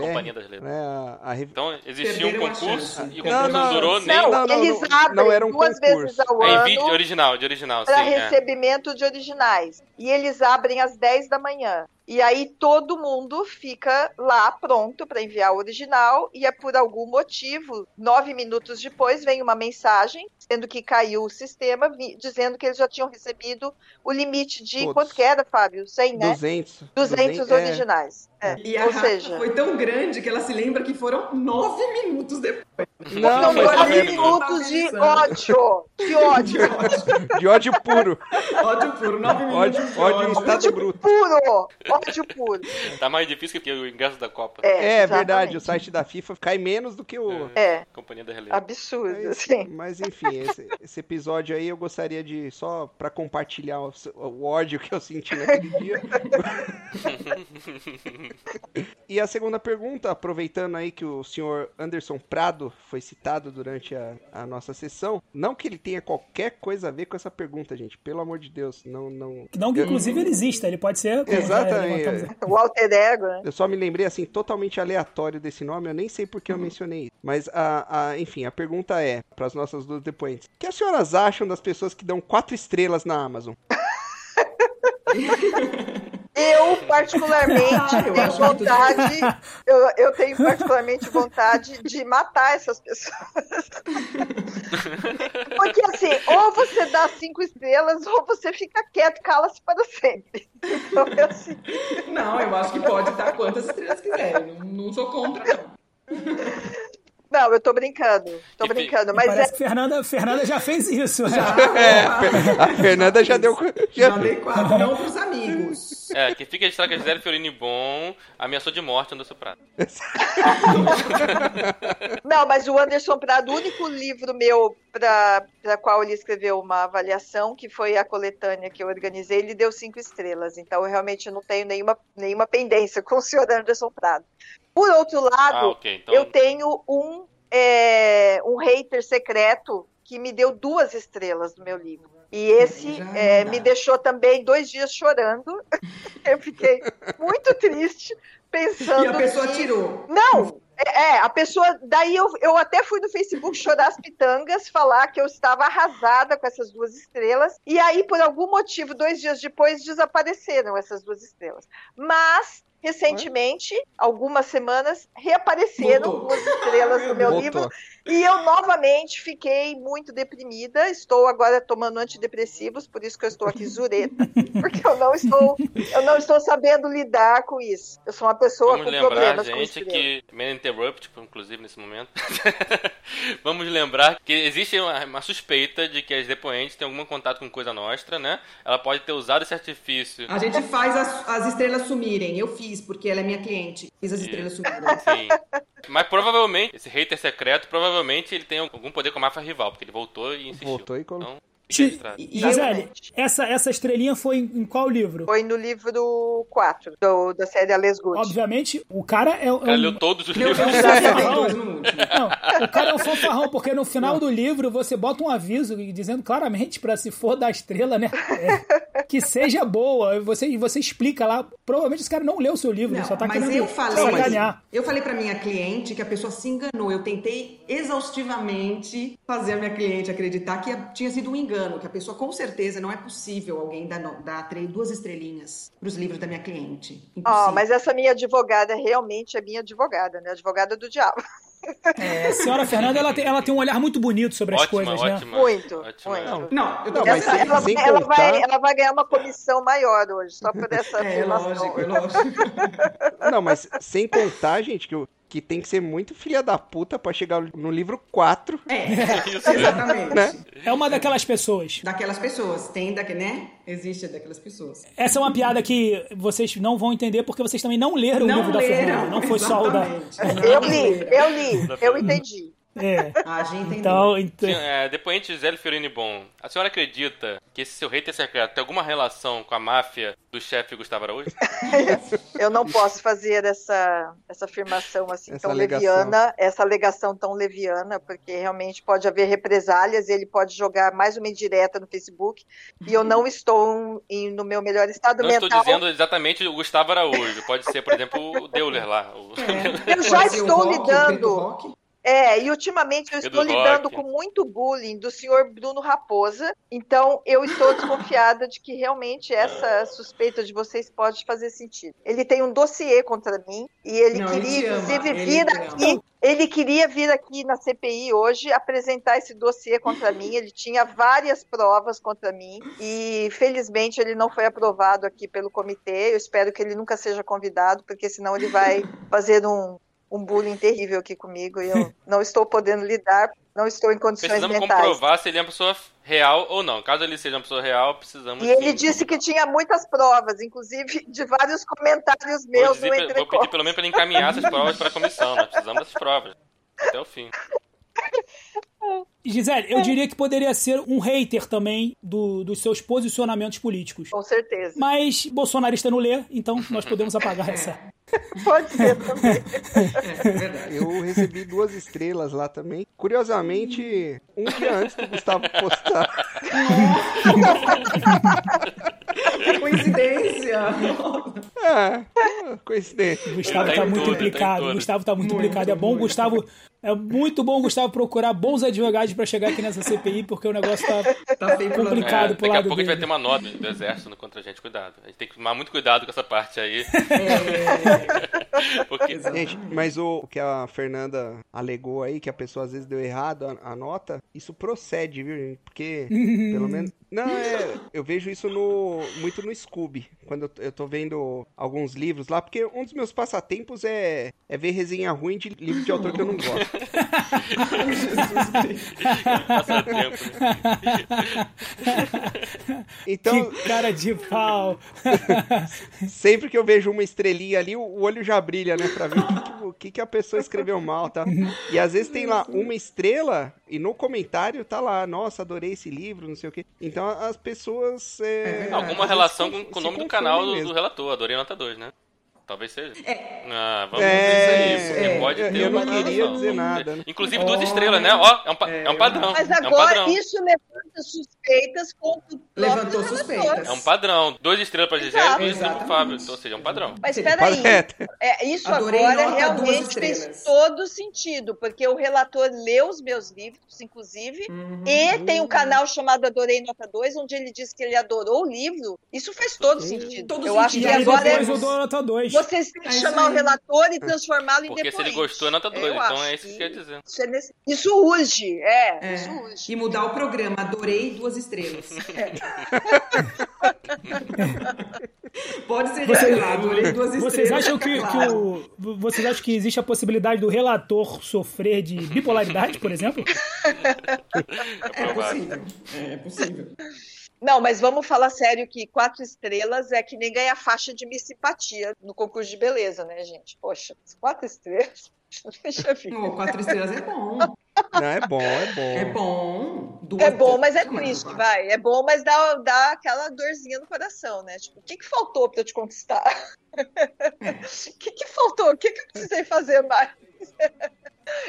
Companhia das Letras.
Né, a- a rev-
Então, existia um
Perderam a
concurso
chance.
e o concurso
Não,
não,
não,
durou
não.
nem.
Não,
não,
eles
não,
abrem
não era um
duas
concurso.
vezes ao
É em
ano.
vídeo original, de original, sim.
para
É.
recebimento de originais. E eles abrem às 10 da manhã. E aí todo mundo fica lá pronto para enviar o original e é por algum motivo, nove minutos depois, vem uma mensagem sendo que caiu o sistema, vi- dizendo que eles já tinham recebido o limite de
Todos.
quanto que era, Fábio? 100, né?
200.
200,
é.
originais. É.
E a
Ou
Rafa
seja,
foi tão grande que ela se lembra que foram nove minutos depois.
Não,
Então, são
foi
nove
horrível.
minutos de
Tava
ódio.
[LAUGHS]
Que ódio.
de ódio puro.
Ódio puro, nove minutos.
Ódio,
de
ódio em estado
Ódio
Tá bruto.
puro. Ódio puro.
Tá mais difícil que o ingresso da Copa.
É,
É, verdade,
exatamente.
o site da FIFA cai menos do que o.
É.
Companhia das Letras.
absurdo, [LAUGHS]
Mas,
assim.
mas, enfim, esse, esse episódio aí eu gostaria de, só pra compartilhar o, o ódio que eu senti naquele dia. e a segunda pergunta, aproveitando aí que o senhor Anderson Prado foi citado durante a, a nossa sessão, não que ele tenha qualquer coisa a ver com essa pergunta, gente, pelo amor de Deus, não, não...
Não que inclusive ele exista, É, ele pode ser. né, como já
Exatamente.
levantamos-
O alter ego, né?
Eu só me lembrei, assim, totalmente aleatório desse nome, eu nem sei por que eu mencionei isso. Mas, a, a- enfim, a pergunta é, para as nossas duas depoentes, o que as senhoras acham das pessoas que dão quatro estrelas na Amazon?
Eu, particularmente,
Eu
tenho
acho muito
vontade. Eu, eu tenho particularmente vontade de matar essas pessoas. Porque, assim, ou você dá cinco estrelas, ou você fica quieto, cala-se para sempre. Então, eu, assim,
Não, eu acho que pode dar quantas estrelas quiser. Eu Não, não sou contra, não.
não, eu tô brincando. Tô
E fi-
brincando,
E
mas
Parece
é.
que Fernanda, Fernanda já fez isso. Já.
A Fernanda já deu... [LAUGHS]
Já
Já...
dei quatro, não pros amigos.
É, que fica registrado que a Gisele Fiorini Bom ameaçou de morte Anderson Prado.
Não, mas o Anderson Prado, o único livro meu para qual ele escreveu uma avaliação, que foi a coletânea que eu organizei, ele deu cinco estrelas. Então, eu realmente não tenho nenhuma, nenhuma pendência [LAUGHS] com o senhor Anderson Prado. Por outro
Ah,
lado,
ok. Então,
eu tenho um, é, um hater secreto que me deu duas estrelas no meu livro. E esse
Já
é,
não dá.
me deixou também dois dias chorando. [LAUGHS] eu fiquei muito triste pensando
E a pessoa
que...
tirou.
Não! É, é, a pessoa. Daí eu, eu até fui no Facebook chorar as pitangas, falar que eu estava arrasada com essas duas estrelas. E aí, por algum motivo, dois dias depois, desapareceram essas duas estrelas. Mas. Recentemente, algumas semanas, reapareceram
Voltou.
duas estrelas no meu
Voltou.
livro e eu novamente fiquei muito deprimida. Estou agora tomando antidepressivos, por isso que eu estou aqui zureta, porque eu não estou, eu não estou sabendo lidar com isso. Eu sou uma pessoa
Vamos
com
lembrar,
problemas com
gente,
estrelas.
que. Man Interrupt, inclusive, nesse momento. [LAUGHS] Vamos lembrar que existe uma, uma suspeita de que as depoentes têm algum contato com coisa nostra, né? Ela pode ter usado esse artifício.
A gente faz as, as estrelas sumirem. Eu fiz, porque ela é minha cliente. Fiz as estrelas sumirem.
Sim. Mas provavelmente, esse hater secreto, provavelmente ele tem algum poder com a máfia rival, porque ele voltou e insistiu.
Voltou e colocou.
Então, fica
Ti-
registrado.
E, e eu,
Gisele, essa, essa estrelinha foi em, em qual livro?
Foi no livro 4 do- da série Ales Good.
Obviamente, o cara é, é
O cara
um.
leu todos os
eu
livros.
já acertei dois no último.
Não, o cara é um fanfarrão, porque no final do livro você bota um aviso dizendo claramente pra se for da estrela, né? é, que seja boa. E você, e você explica lá. Provavelmente esse cara não leu o seu livro,
Não,
só tá
mas
querendo
eu falei,
sacanear.
eu falei pra minha cliente que a pessoa se enganou. Eu tentei exaustivamente fazer a minha cliente acreditar que tinha sido um engano, que a pessoa com certeza não é possível alguém dar, no- dar três- duas estrelinhas pros livros da minha cliente.
Ó,
Impossível.
Ah, mas essa minha advogada realmente é minha advogada, né? Advogada do diabo.
É, a senhora Fernanda, ela tem, ela tem um olhar muito bonito sobre as
Ótima,
coisas, né?
ótima.
muito,
ótima.
muito.
Não, eu tô
Não,
assim,
mas
Essa-
sem-
ela,
sem
ela
contar-
vai, ela vai ganhar uma comissão maior hoje, só por essa
É
afirmação.
lógico,
[LAUGHS]
é lógico.
Não, mas sem contar, gente, que, o- que tem que ser muito filha da puta pra chegar no livro 4.
É,
Isso, né?
exatamente.
É uma daquelas pessoas.
Daquelas pessoas, tem daquele, né? Existe daquelas pessoas.
Essa é uma piada que vocês não vão entender porque um vocês também não leram o livro da Fernanda. Não foi só o da.
exatamente.
Eu
Não
li,
leram.
eu li, eu entendi.
É.
A gente entendeu.
Então, então...
Sim, é, depoente Gisele Fiorini Bom, a senhora acredita que esse seu hater secreto tem alguma relação com a máfia do chefe Gustavo Araújo?
Eu não posso fazer essa, essa afirmação assim
Essa
tão
alegação.
leviana, essa alegação tão leviana, porque realmente pode haver represálias, ele pode jogar mais uma indireta no Facebook, e eu não estou em- no meu melhor estado
Uhum. Não
mental.
estou dizendo exatamente o Gustavo Araújo. Pode ser, por exemplo, o Deuler lá.
[LAUGHS]
o-
É.
Eu já
Pode ser o
estou
rock, o preto
lidando.
rock.
É, e ultimamente eu
Edu
estou lidando
Rock.
com muito bullying do senhor Bruno Raposa, então eu estou desconfiada de que realmente essa suspeita de vocês pode fazer sentido. Ele tem um dossiê contra mim e ele
Não, ele
queria,
te ama,
inclusive,
ele
vir
te
aqui. Ele queria vir aqui na CPI hoje apresentar esse dossiê contra mim. Ele tinha várias provas contra mim e, felizmente, ele não foi aprovado aqui pelo comitê. Eu espero que ele nunca seja convidado, porque senão ele vai fazer um, um bullying terrível aqui comigo e
[LAUGHS]
eu não estou podendo lidar, não estou em condições
Precisamos
mentais.
comprovar se ele é uma pessoa real ou não. Caso ele seja uma pessoa real, precisamos.
E ele
né, sim,
disse que tinha muitas provas, inclusive de vários comentários
Vou,
meus
dizer pe- vou
no
pedir
entrecote.
pelo menos para ele encaminhar essas provas para a comissão. Nós precisamos dessas provas. Até o fim.
Gisele, eu diria que poderia ser um hater também do- dos seus posicionamentos políticos.
Com certeza.
Mas bolsonarista não lê, então nós podemos
[LAUGHS]
apagar
É.
essa.
Pode ser também.
[LAUGHS]
É, é verdade.
Eu recebi duas estrelas lá também. Curiosamente, um dia antes do Gustavo postar. [LAUGHS]
Coincidência.
É, coincidência.
O Gustavo
Ele tá
tá
em
muito
tudo, ele tá em
implicado.
tudo.
O Gustavo tá muito,
Muito,
implicado. É bom,
muito.
Gustavo. É muito bom, Gustavo, procurar bons advogados pra chegar aqui nessa CPI, porque o
[LAUGHS]
negócio [LAUGHS] tá.
Tá feio pelo
É,
Complicado. Ricardo, pro
daqui a
lado
pouco a gente vai
dele.
ter uma nota do exército no contra a gente, cuidado. A gente tem que tomar muito cuidado com essa parte aí. [LAUGHS] porque
Gente, mas o, o que a Fernanda alegou aí, que a pessoa às vezes deu errado a, a nota, isso procede, viu, gente? Porque, pelo menos. Não, é. Eu vejo isso no, muito no Scooby. Quando eu, t- eu tô vendo alguns livros lá, porque um dos meus passatempos é, é ver resenha ruim de livro de autor que eu não gosto.
passa tempo, né?
Então,
Que cara de pau.
sempre que eu vejo uma estrelinha ali, o- o olho já brilha, né? Pra ver o que que, o que, que a pessoa escreveu mal, tá? E às vezes tem lá uma estrela e no comentário tá lá, nossa, adorei esse livro, não sei o quê. Então as pessoas. é,
É,
Alguma
às
relação
vezes
com,
se
com o nome do
confundem
canal do,
mesmo.
do relator, adorei nota 2, né? Talvez seja.
É.
Ah, vamos
É,
ver isso aí, porque
é,
pode
eu-
ter
eu não
uma relação.
queria dizer nada, né?
Inclusive duas
Olha,
estrelas, né? Ó, é um, pa-
é,
é um padrão.
Mas
é um
agora
padrão.
isso levanta suspeitas contra o próprio
Levantou
relator.
suspeitas.
É um padrão. Duas estrelas pra Gisele
Exato.
e duas estrelas pro
Exatamente.
Fábio. Então, ou seja, é um padrão.
Mas
Sim,
peraí,
correto.
é, isso
Adorei
agora
nota, duas
realmente
estrelas.
fez todo sentido, porque o relator leu os meus livros, inclusive,
Uhum.
e tem um canal chamado Adorei Nota 2, onde ele diz que ele adorou o livro. Isso fez todo sentido.
Todo
Eu
sentido.
acho
E
que
aí
agora é
depois eu dou nota 2.
vocês têm
É
que
isso
chamar o
aí.
relator e transformá-lo em
Porque se ele
depoente.
gostou, é nota 2.
Eu
Então
acho
é isso que eu ia dizer.
Isso, é nesse- isso urge, é,
É.
isso urge.
E mudar o programa. Adorei duas estrelas.
É.
[LAUGHS] Pode ser
Vocês-
revelado. Adorei duas estrelas.
Vocês acham
fica
que,
tá
que
claro.
o, vocês acham que existe a possibilidade do relator sofrer de bipolaridade, por exemplo?
É
É
provável.
possível. É possível.
Não, mas vamos falar sério que quatro estrelas é que nem ganhar faixa de Miss Simpatia no concurso de beleza, né, gente? Poxa, quatro estrelas? [LAUGHS] Deixa eu ver.
Não, quatro estrelas é bom.
Não, é bom, é bom.
É bom. Duas
É bom, mas é
Não,
triste,
quatro.
vai. É bom, mas dá, dá aquela dorzinha no coração, né? Tipo, o que, que faltou pra eu te conquistar? [LAUGHS] O que, que faltou? O que, que eu precisei fazer mais? [LAUGHS]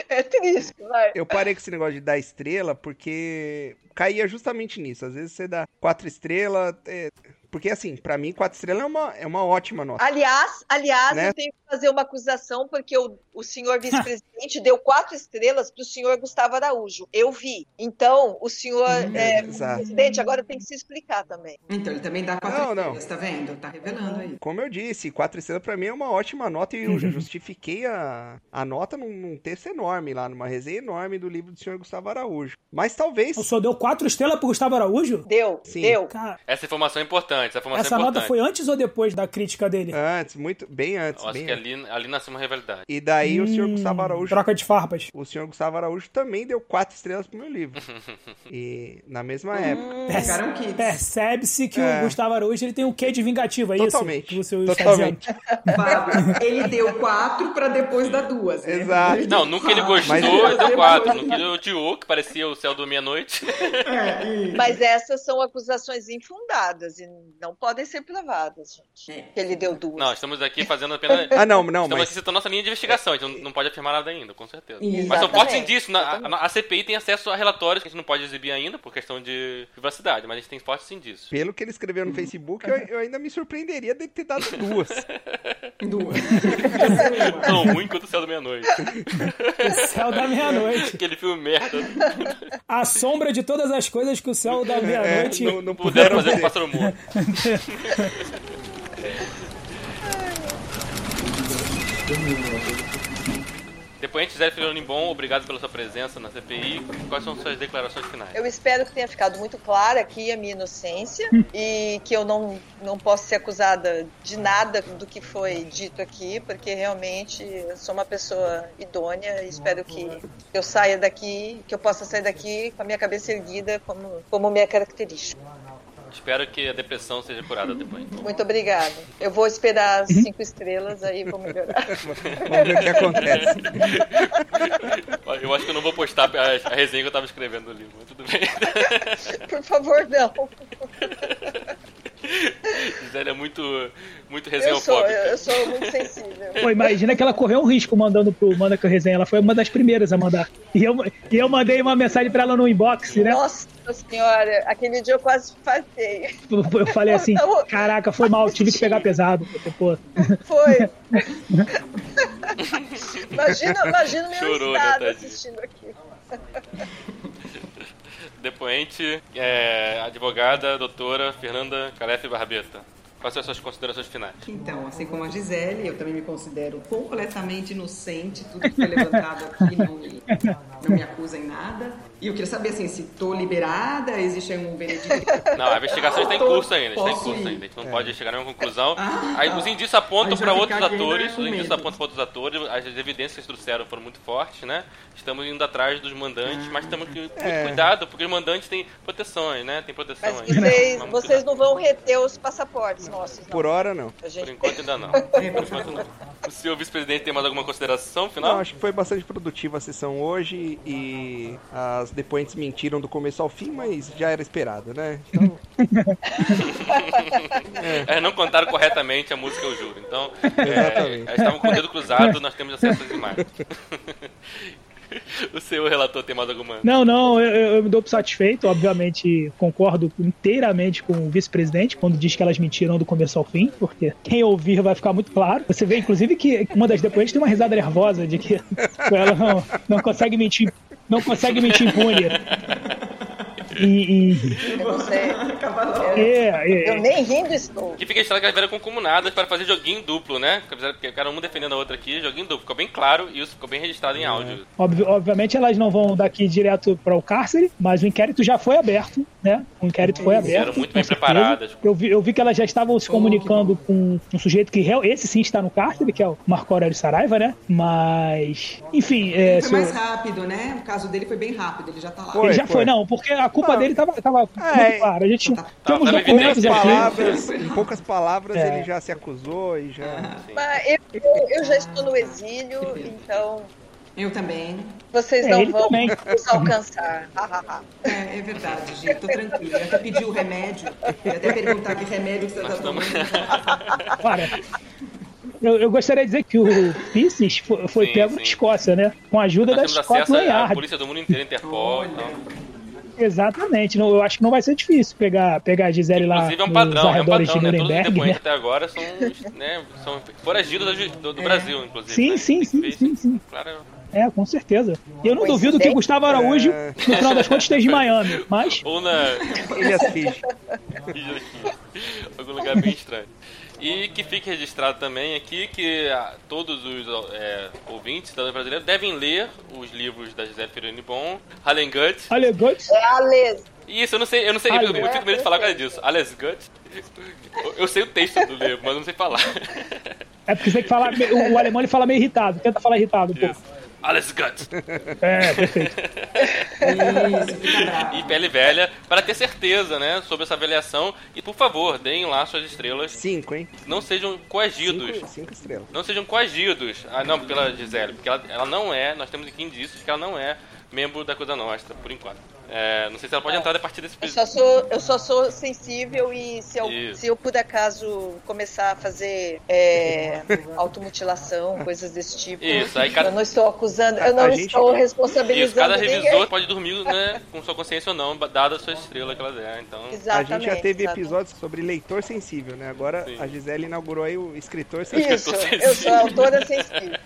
É triste, vai.
Eu parei com esse negócio de dar estrela porque caía justamente nisso. Às vezes você dá quatro estrelas. é, Porque assim, pra mim, quatro estrelas é uma, é uma ótima nota.
Aliás, aliás,
Né?
eu tenho que fazer uma acusação, porque o, o senhor vice-presidente [LAUGHS] deu quatro estrelas para o senhor Gustavo Araújo. Eu vi. Então, o senhor
Hum,
é,
Exato.
presidente agora tem que se explicar também.
Então ele também dá quatro
Não, não.
estrelas, tá vendo? Tá revelando aí.
Como eu disse, quatro estrelas pra mim é uma ótima nota e eu já justifiquei a, a nota num, num texto enorme lá, numa resenha enorme do livro do senhor Gustavo Araújo. Mas talvez.
Eu só deu quatro estrelas pro Gustavo Araújo?
Deu,
Sim.
deu.
Cara,
Essa informação é importante. importante, essa formação
Essa
é
nota
importante.
foi antes ou depois da crítica dele?
Antes, muito, bem antes.
Eu acho
bem
que é
antes.
ali, ali nasceu uma rivalidade.
E daí o senhor Gustavo
Hum,
Araújo
Troca de farpas.
O senhor Gustavo Araújo também deu quatro estrelas pro
[LAUGHS]
meu livro. e na mesma
Hum.
época.
Perce-
Ficaram kits.
Percebe-se que
É.
o Gustavo Araújo ele tem um quê de vingativo, é isso?
Totalmente.
que você está
Totalmente.
dizendo?
Fábio, ele deu quatro pra depois dar duas. Né?
Exato.
Ele
Não,
deu
nunca ele
quatro.
gostou,
Mas-
ele deu quatro.
Depois-
Nunca ele odiou, que parecia o céu do meia-noite. [LAUGHS]
É, e-
Mas essas são acusações infundadas e não podem ser provadas, gente.
É.
Que ele deu duas.
Não, estamos aqui fazendo apenas.
Ah, não, não,
Estamos
mas.
aqui citando nossa linha de investigação, a gente não, não pode afirmar nada ainda, com certeza.
Exatamente.
Mas são fortes indícios. Na, a, a CPI tem acesso a relatórios que a gente não pode exibir ainda, por questão de privacidade, mas a gente tem fortes indícios.
Pelo que ele escreveu no Facebook, eu, eu ainda me surpreenderia dele ter dado duas.
Duas.
[LAUGHS] Tão ruim quanto o céu do meia-noite.
O céu da meia-noite.
Aquele filme merda.
A sombra de todas as coisas que o céu da
É,
meia-noite.
É, não, não
Puderam
puderam
fazer com
ter.
o pássaro
[LAUGHS]
morto. Depois, Gisele Filoni Bom, obrigado pela sua presença na CPI. Quais são suas declarações finais?
Eu espero que tenha ficado muito clara aqui a minha inocência e que eu não, não posso ser acusada de nada do que foi dito aqui, porque realmente eu sou uma pessoa idônea e espero que eu saia daqui, que eu possa sair daqui com a minha cabeça erguida, como, como minha característica.
Espero que a depressão seja curada depois.
Muito obrigada. Eu vou esperar as cinco estrelas aí vou melhorar. [LAUGHS]
Vamos ver o que acontece.
Eu acho que eu não vou postar a, a resenha que eu tava escrevendo no livro, mas tudo bem. [LAUGHS]
Por favor, não.
Gisele é muito, muito
Eu sou,
resenhofóbica.
eu, eu sou
[LAUGHS]
muito sensível.
Pô, imagina que ela correu um risco mandando pro Manda que eu resenha. Ela foi uma das primeiras a mandar. E eu, e eu mandei uma mensagem pra ela no inbox, né?
Nossa senhora, aquele dia eu quase fartei.
Eu eu falei assim: caraca, foi mal, tive que pegar pesado. Porque, pô,
[LAUGHS]
Foi. imagina, imagina o meu
Chorou, né,
estado
tadinha?
assistindo aqui.
Depoente, é, advogada, doutora Fernanda Calef Barbeta. Quais são as suas considerações finais?
Então, assim como a Gisele, eu também me considero completamente inocente. Tudo que foi levantado aqui não me, não me acusa em nada. E eu queria saber, assim, se tô liberada, existe aí um veredito.
Não, a investigação está em
Tô-
curso ainda, está em
posso
curso
ir.
ainda. A gente não pode chegar a nenhuma conclusão.
Ah,
Aí,
tá.
os indícios apontam
Aí já
para
me
outros
caguei, né,
atores,
com
os indícios
medo.
apontam para outros atores, as evidências que eles trouxeram foram muito fortes, né? Estamos indo atrás dos mandantes, mas temos que muito
É.
cuidado, porque os mandantes têm proteções, né? Tem proteção
Mas
ainda.
vocês,
Vamos
vocês
cuidar.
não vão reter os passaportes nossos, não.
Por hora, não.
A
Por
gente
enquanto ainda não.
É,
Por
por
enquanto não. O senhor vice-presidente tem mais alguma consideração final?
Não, acho que foi bastante produtiva a sessão hoje e as depoentes mentiram do começo ao fim, mas já era esperado, né? Então,
É, não contaram corretamente a música, eu juro.
[LAUGHS]
Então, é,
Exatamente.
elas estavam com o dedo cruzado, nós temos acesso às imagens. [LAUGHS] o senhor relator tem mais alguma?
Não, não, eu- eu, eu me dou por satisfeito, obviamente concordo inteiramente com o vice-presidente quando diz que elas mentiram do começo ao fim, porque quem ouvir vai ficar muito claro. Você vê, inclusive, que uma das depoentes tem uma risada nervosa de que [LAUGHS] ela não, não consegue mentir, não consegue mentir impune. E, e-
eu não sei.
é, é,
Eu nem rindo estou.
Que fica registrado que elas vieram concomunadas para fazer joguinho duplo, né? Fizeram- Ficaram uma defendendo a outra aqui, joguinho duplo. Ficou bem claro e isso ficou bem registrado
É.
em áudio.
Obvi- obviamente elas não vão daqui direto para o cárcere, mas o inquérito já foi aberto, né? O inquérito foi aberto.
muito bem
com certeza.
preparadas.
Eu vi, eu vi que elas já estavam se comunicando com um sujeito que real- esse sim está no cárcere, que é o Marco Aurélio Saraiva, né? Mas, enfim, é,
Foi
seu-
mais rápido, né? O caso dele foi bem rápido, ele já tá lá.
Foi.
ele já foi. não, porque a culpa
Ah.
dele estava tava
É,
muito clara. A gente
tá.
tinha uns
Tava
documentos
evidente,
aqui.
palavras, em poucas palavras,
É.
ele já se acusou e já.
Mas eu, eu- eu já estou no exílio, então
Eu também.
vocês
É,
não
ele
vão
também.
nos alcançar. Ha, ha, ha.
É, é verdade, gente, tô tranquila. Eu até pedi o remédio, eu ia até perguntar que remédio que você tá tomando.
Cara, eu, eu gostaria de dizer que o Pisces foi, foi
Sim,
pego
sim.
na Escócia, né? Com a ajuda
Nós temos
da
acesso
Scotland
à
Yard.
polícia do mundo inteiro, Interpol então. e
Olha,
tal.
Exatamente, não, eu acho que não vai ser difícil pegar, pegar a Gisele lá
Inclusive é um
nos
padrão, é um
arredores
padrão, né?
de
Todos os
Nuremberg,
depoentes
né?
até agora são, né, são foragidos da ju- do, do Brasil, inclusive.
Sim,
né?
sim,
Tem que
sim,
ver
sim,
isso.
sim.
Claro.
É, com certeza. E eu não duvido que o Gustavo Araújo, no final das contas, esteja em Miami, mas
Ou na, [LAUGHS]
Ele assiste.
algum lugar bem estranho. E que fique registrado também aqui que ah, todos os é, ouvintes, cidadãos brasileiros, devem ler os livros da Gisele Feroni Bon, Halen Gut.
olha, Guts,
É a lesa.
Isso, eu não sei, eu não sei, eu,
Ah,
eu fico com medo de falar por causa disso. Alles Gut. Eu- Eu sei o texto do livro, mas não sei falar.
É porque você tem que falar. O, o alemão ele fala meio irritado, tenta falar irritado um pouco.
Isso. Alles gut. [LAUGHS]
É, perfeito.
Isso, fica bravo.
E pele velha, para ter certeza, né, sobre essa avaliação. E por favor, deem lá suas estrelas.
Cinco, hein?
Não sejam coagidos.
Cinco, cinco estrelas.
Não sejam coagidos. Ah, não, pela Gisele. Porque ela, ela não é, nós temos aqui indícios que ela não é membro da Coisa Nostra, por enquanto. É, não sei se ela pode entrar a partir desse
Eu só sou, eu só sou sensível e se eu,
Isso.
se eu por acaso começar a fazer é, automutilação, coisas desse tipo.
Isso, aí cada-
Eu não estou acusando, eu
A
não
gente-
estou
Isso, cada
responsabilizando
revisor
ninguém.
pode dormir, né, com sua consciência ou não, dada a sua estrela que ela der, então...
Exatamente.
a gente já teve
exatamente.
episódios sobre leitor sensível, né? Agora
Sim.
a Gisele inaugurou aí o escritor sensível.
Isso,
Eu tô
eu sou autora sensível.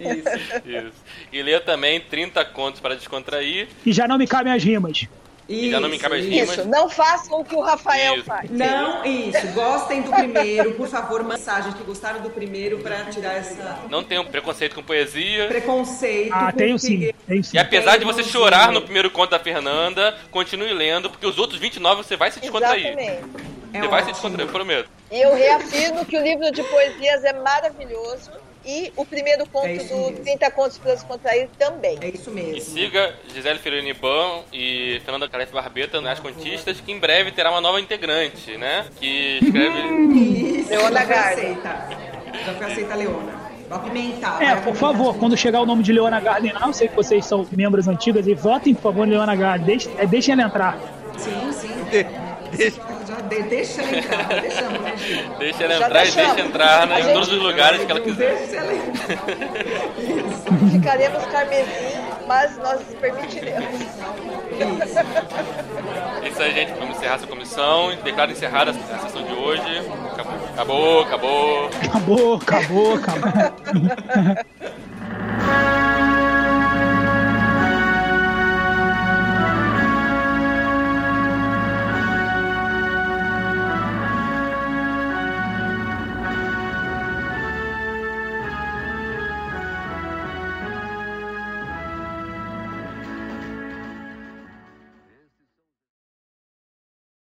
Isso.
Isso. E leia também 30 contos para descontrair.
E já não me cabem as rimas.
E já não me cabe as
isso.
rimas.
Isso, não façam o que o Rafael
Isso.
faz.
Não, isso. Gostem do primeiro, por favor, mensagens que gostaram do primeiro pra tirar essa
Não tenham preconceito com poesia.
preconceito.
Ah,
com
tenho
o que-
sim, tenho sim.
E apesar de você
Não,
chorar
não.
no primeiro conto da Fernanda, continue lendo, porque os outros 29 você vai se descontrair.
Exatamente. um
É
Você vai se
ótimo.
descontrair, um eu prometo.
E eu reafirmo que o livro de poesias é maravilhoso e o primeiro conto
É isso
do
mesmo.
30 Contos para Descontrair também.
É isso
E
mesmo.
siga Gisele Fironiban e Fernanda Calef Barbeta nas Contistas, que em breve terá uma nova integrante, né? Que escreve.
Isso,
Leona
já foi
Garde.
aceita. Já foi aceita a Leona. Vai apimentar.
É,
vai
por
apimentar.
favor, quando chegar o nome de Leona Garden lá, eu sei que vocês são membros antigos e votem, por favor, em Leona Garden. Deixe- é, Deixem, ela entrar.
Sim, sim.
De- deixa-
Já de- deixa ela entrar, deixamos, né, Gil?
Deixa ela
Já
entrar e
deixamos.
deixa entrar né,
A
em
gente-
todos os lugares que ela quiser.
Deixa ela entrar.
Ficaremos carmesim, mas nós permitiremos.
É Isso aí, gente. Vamos encerrar essa comissão. Declaro encerrada a sessão de hoje. Acabou, acabou. acabou.
Acabou, acabou, acabou.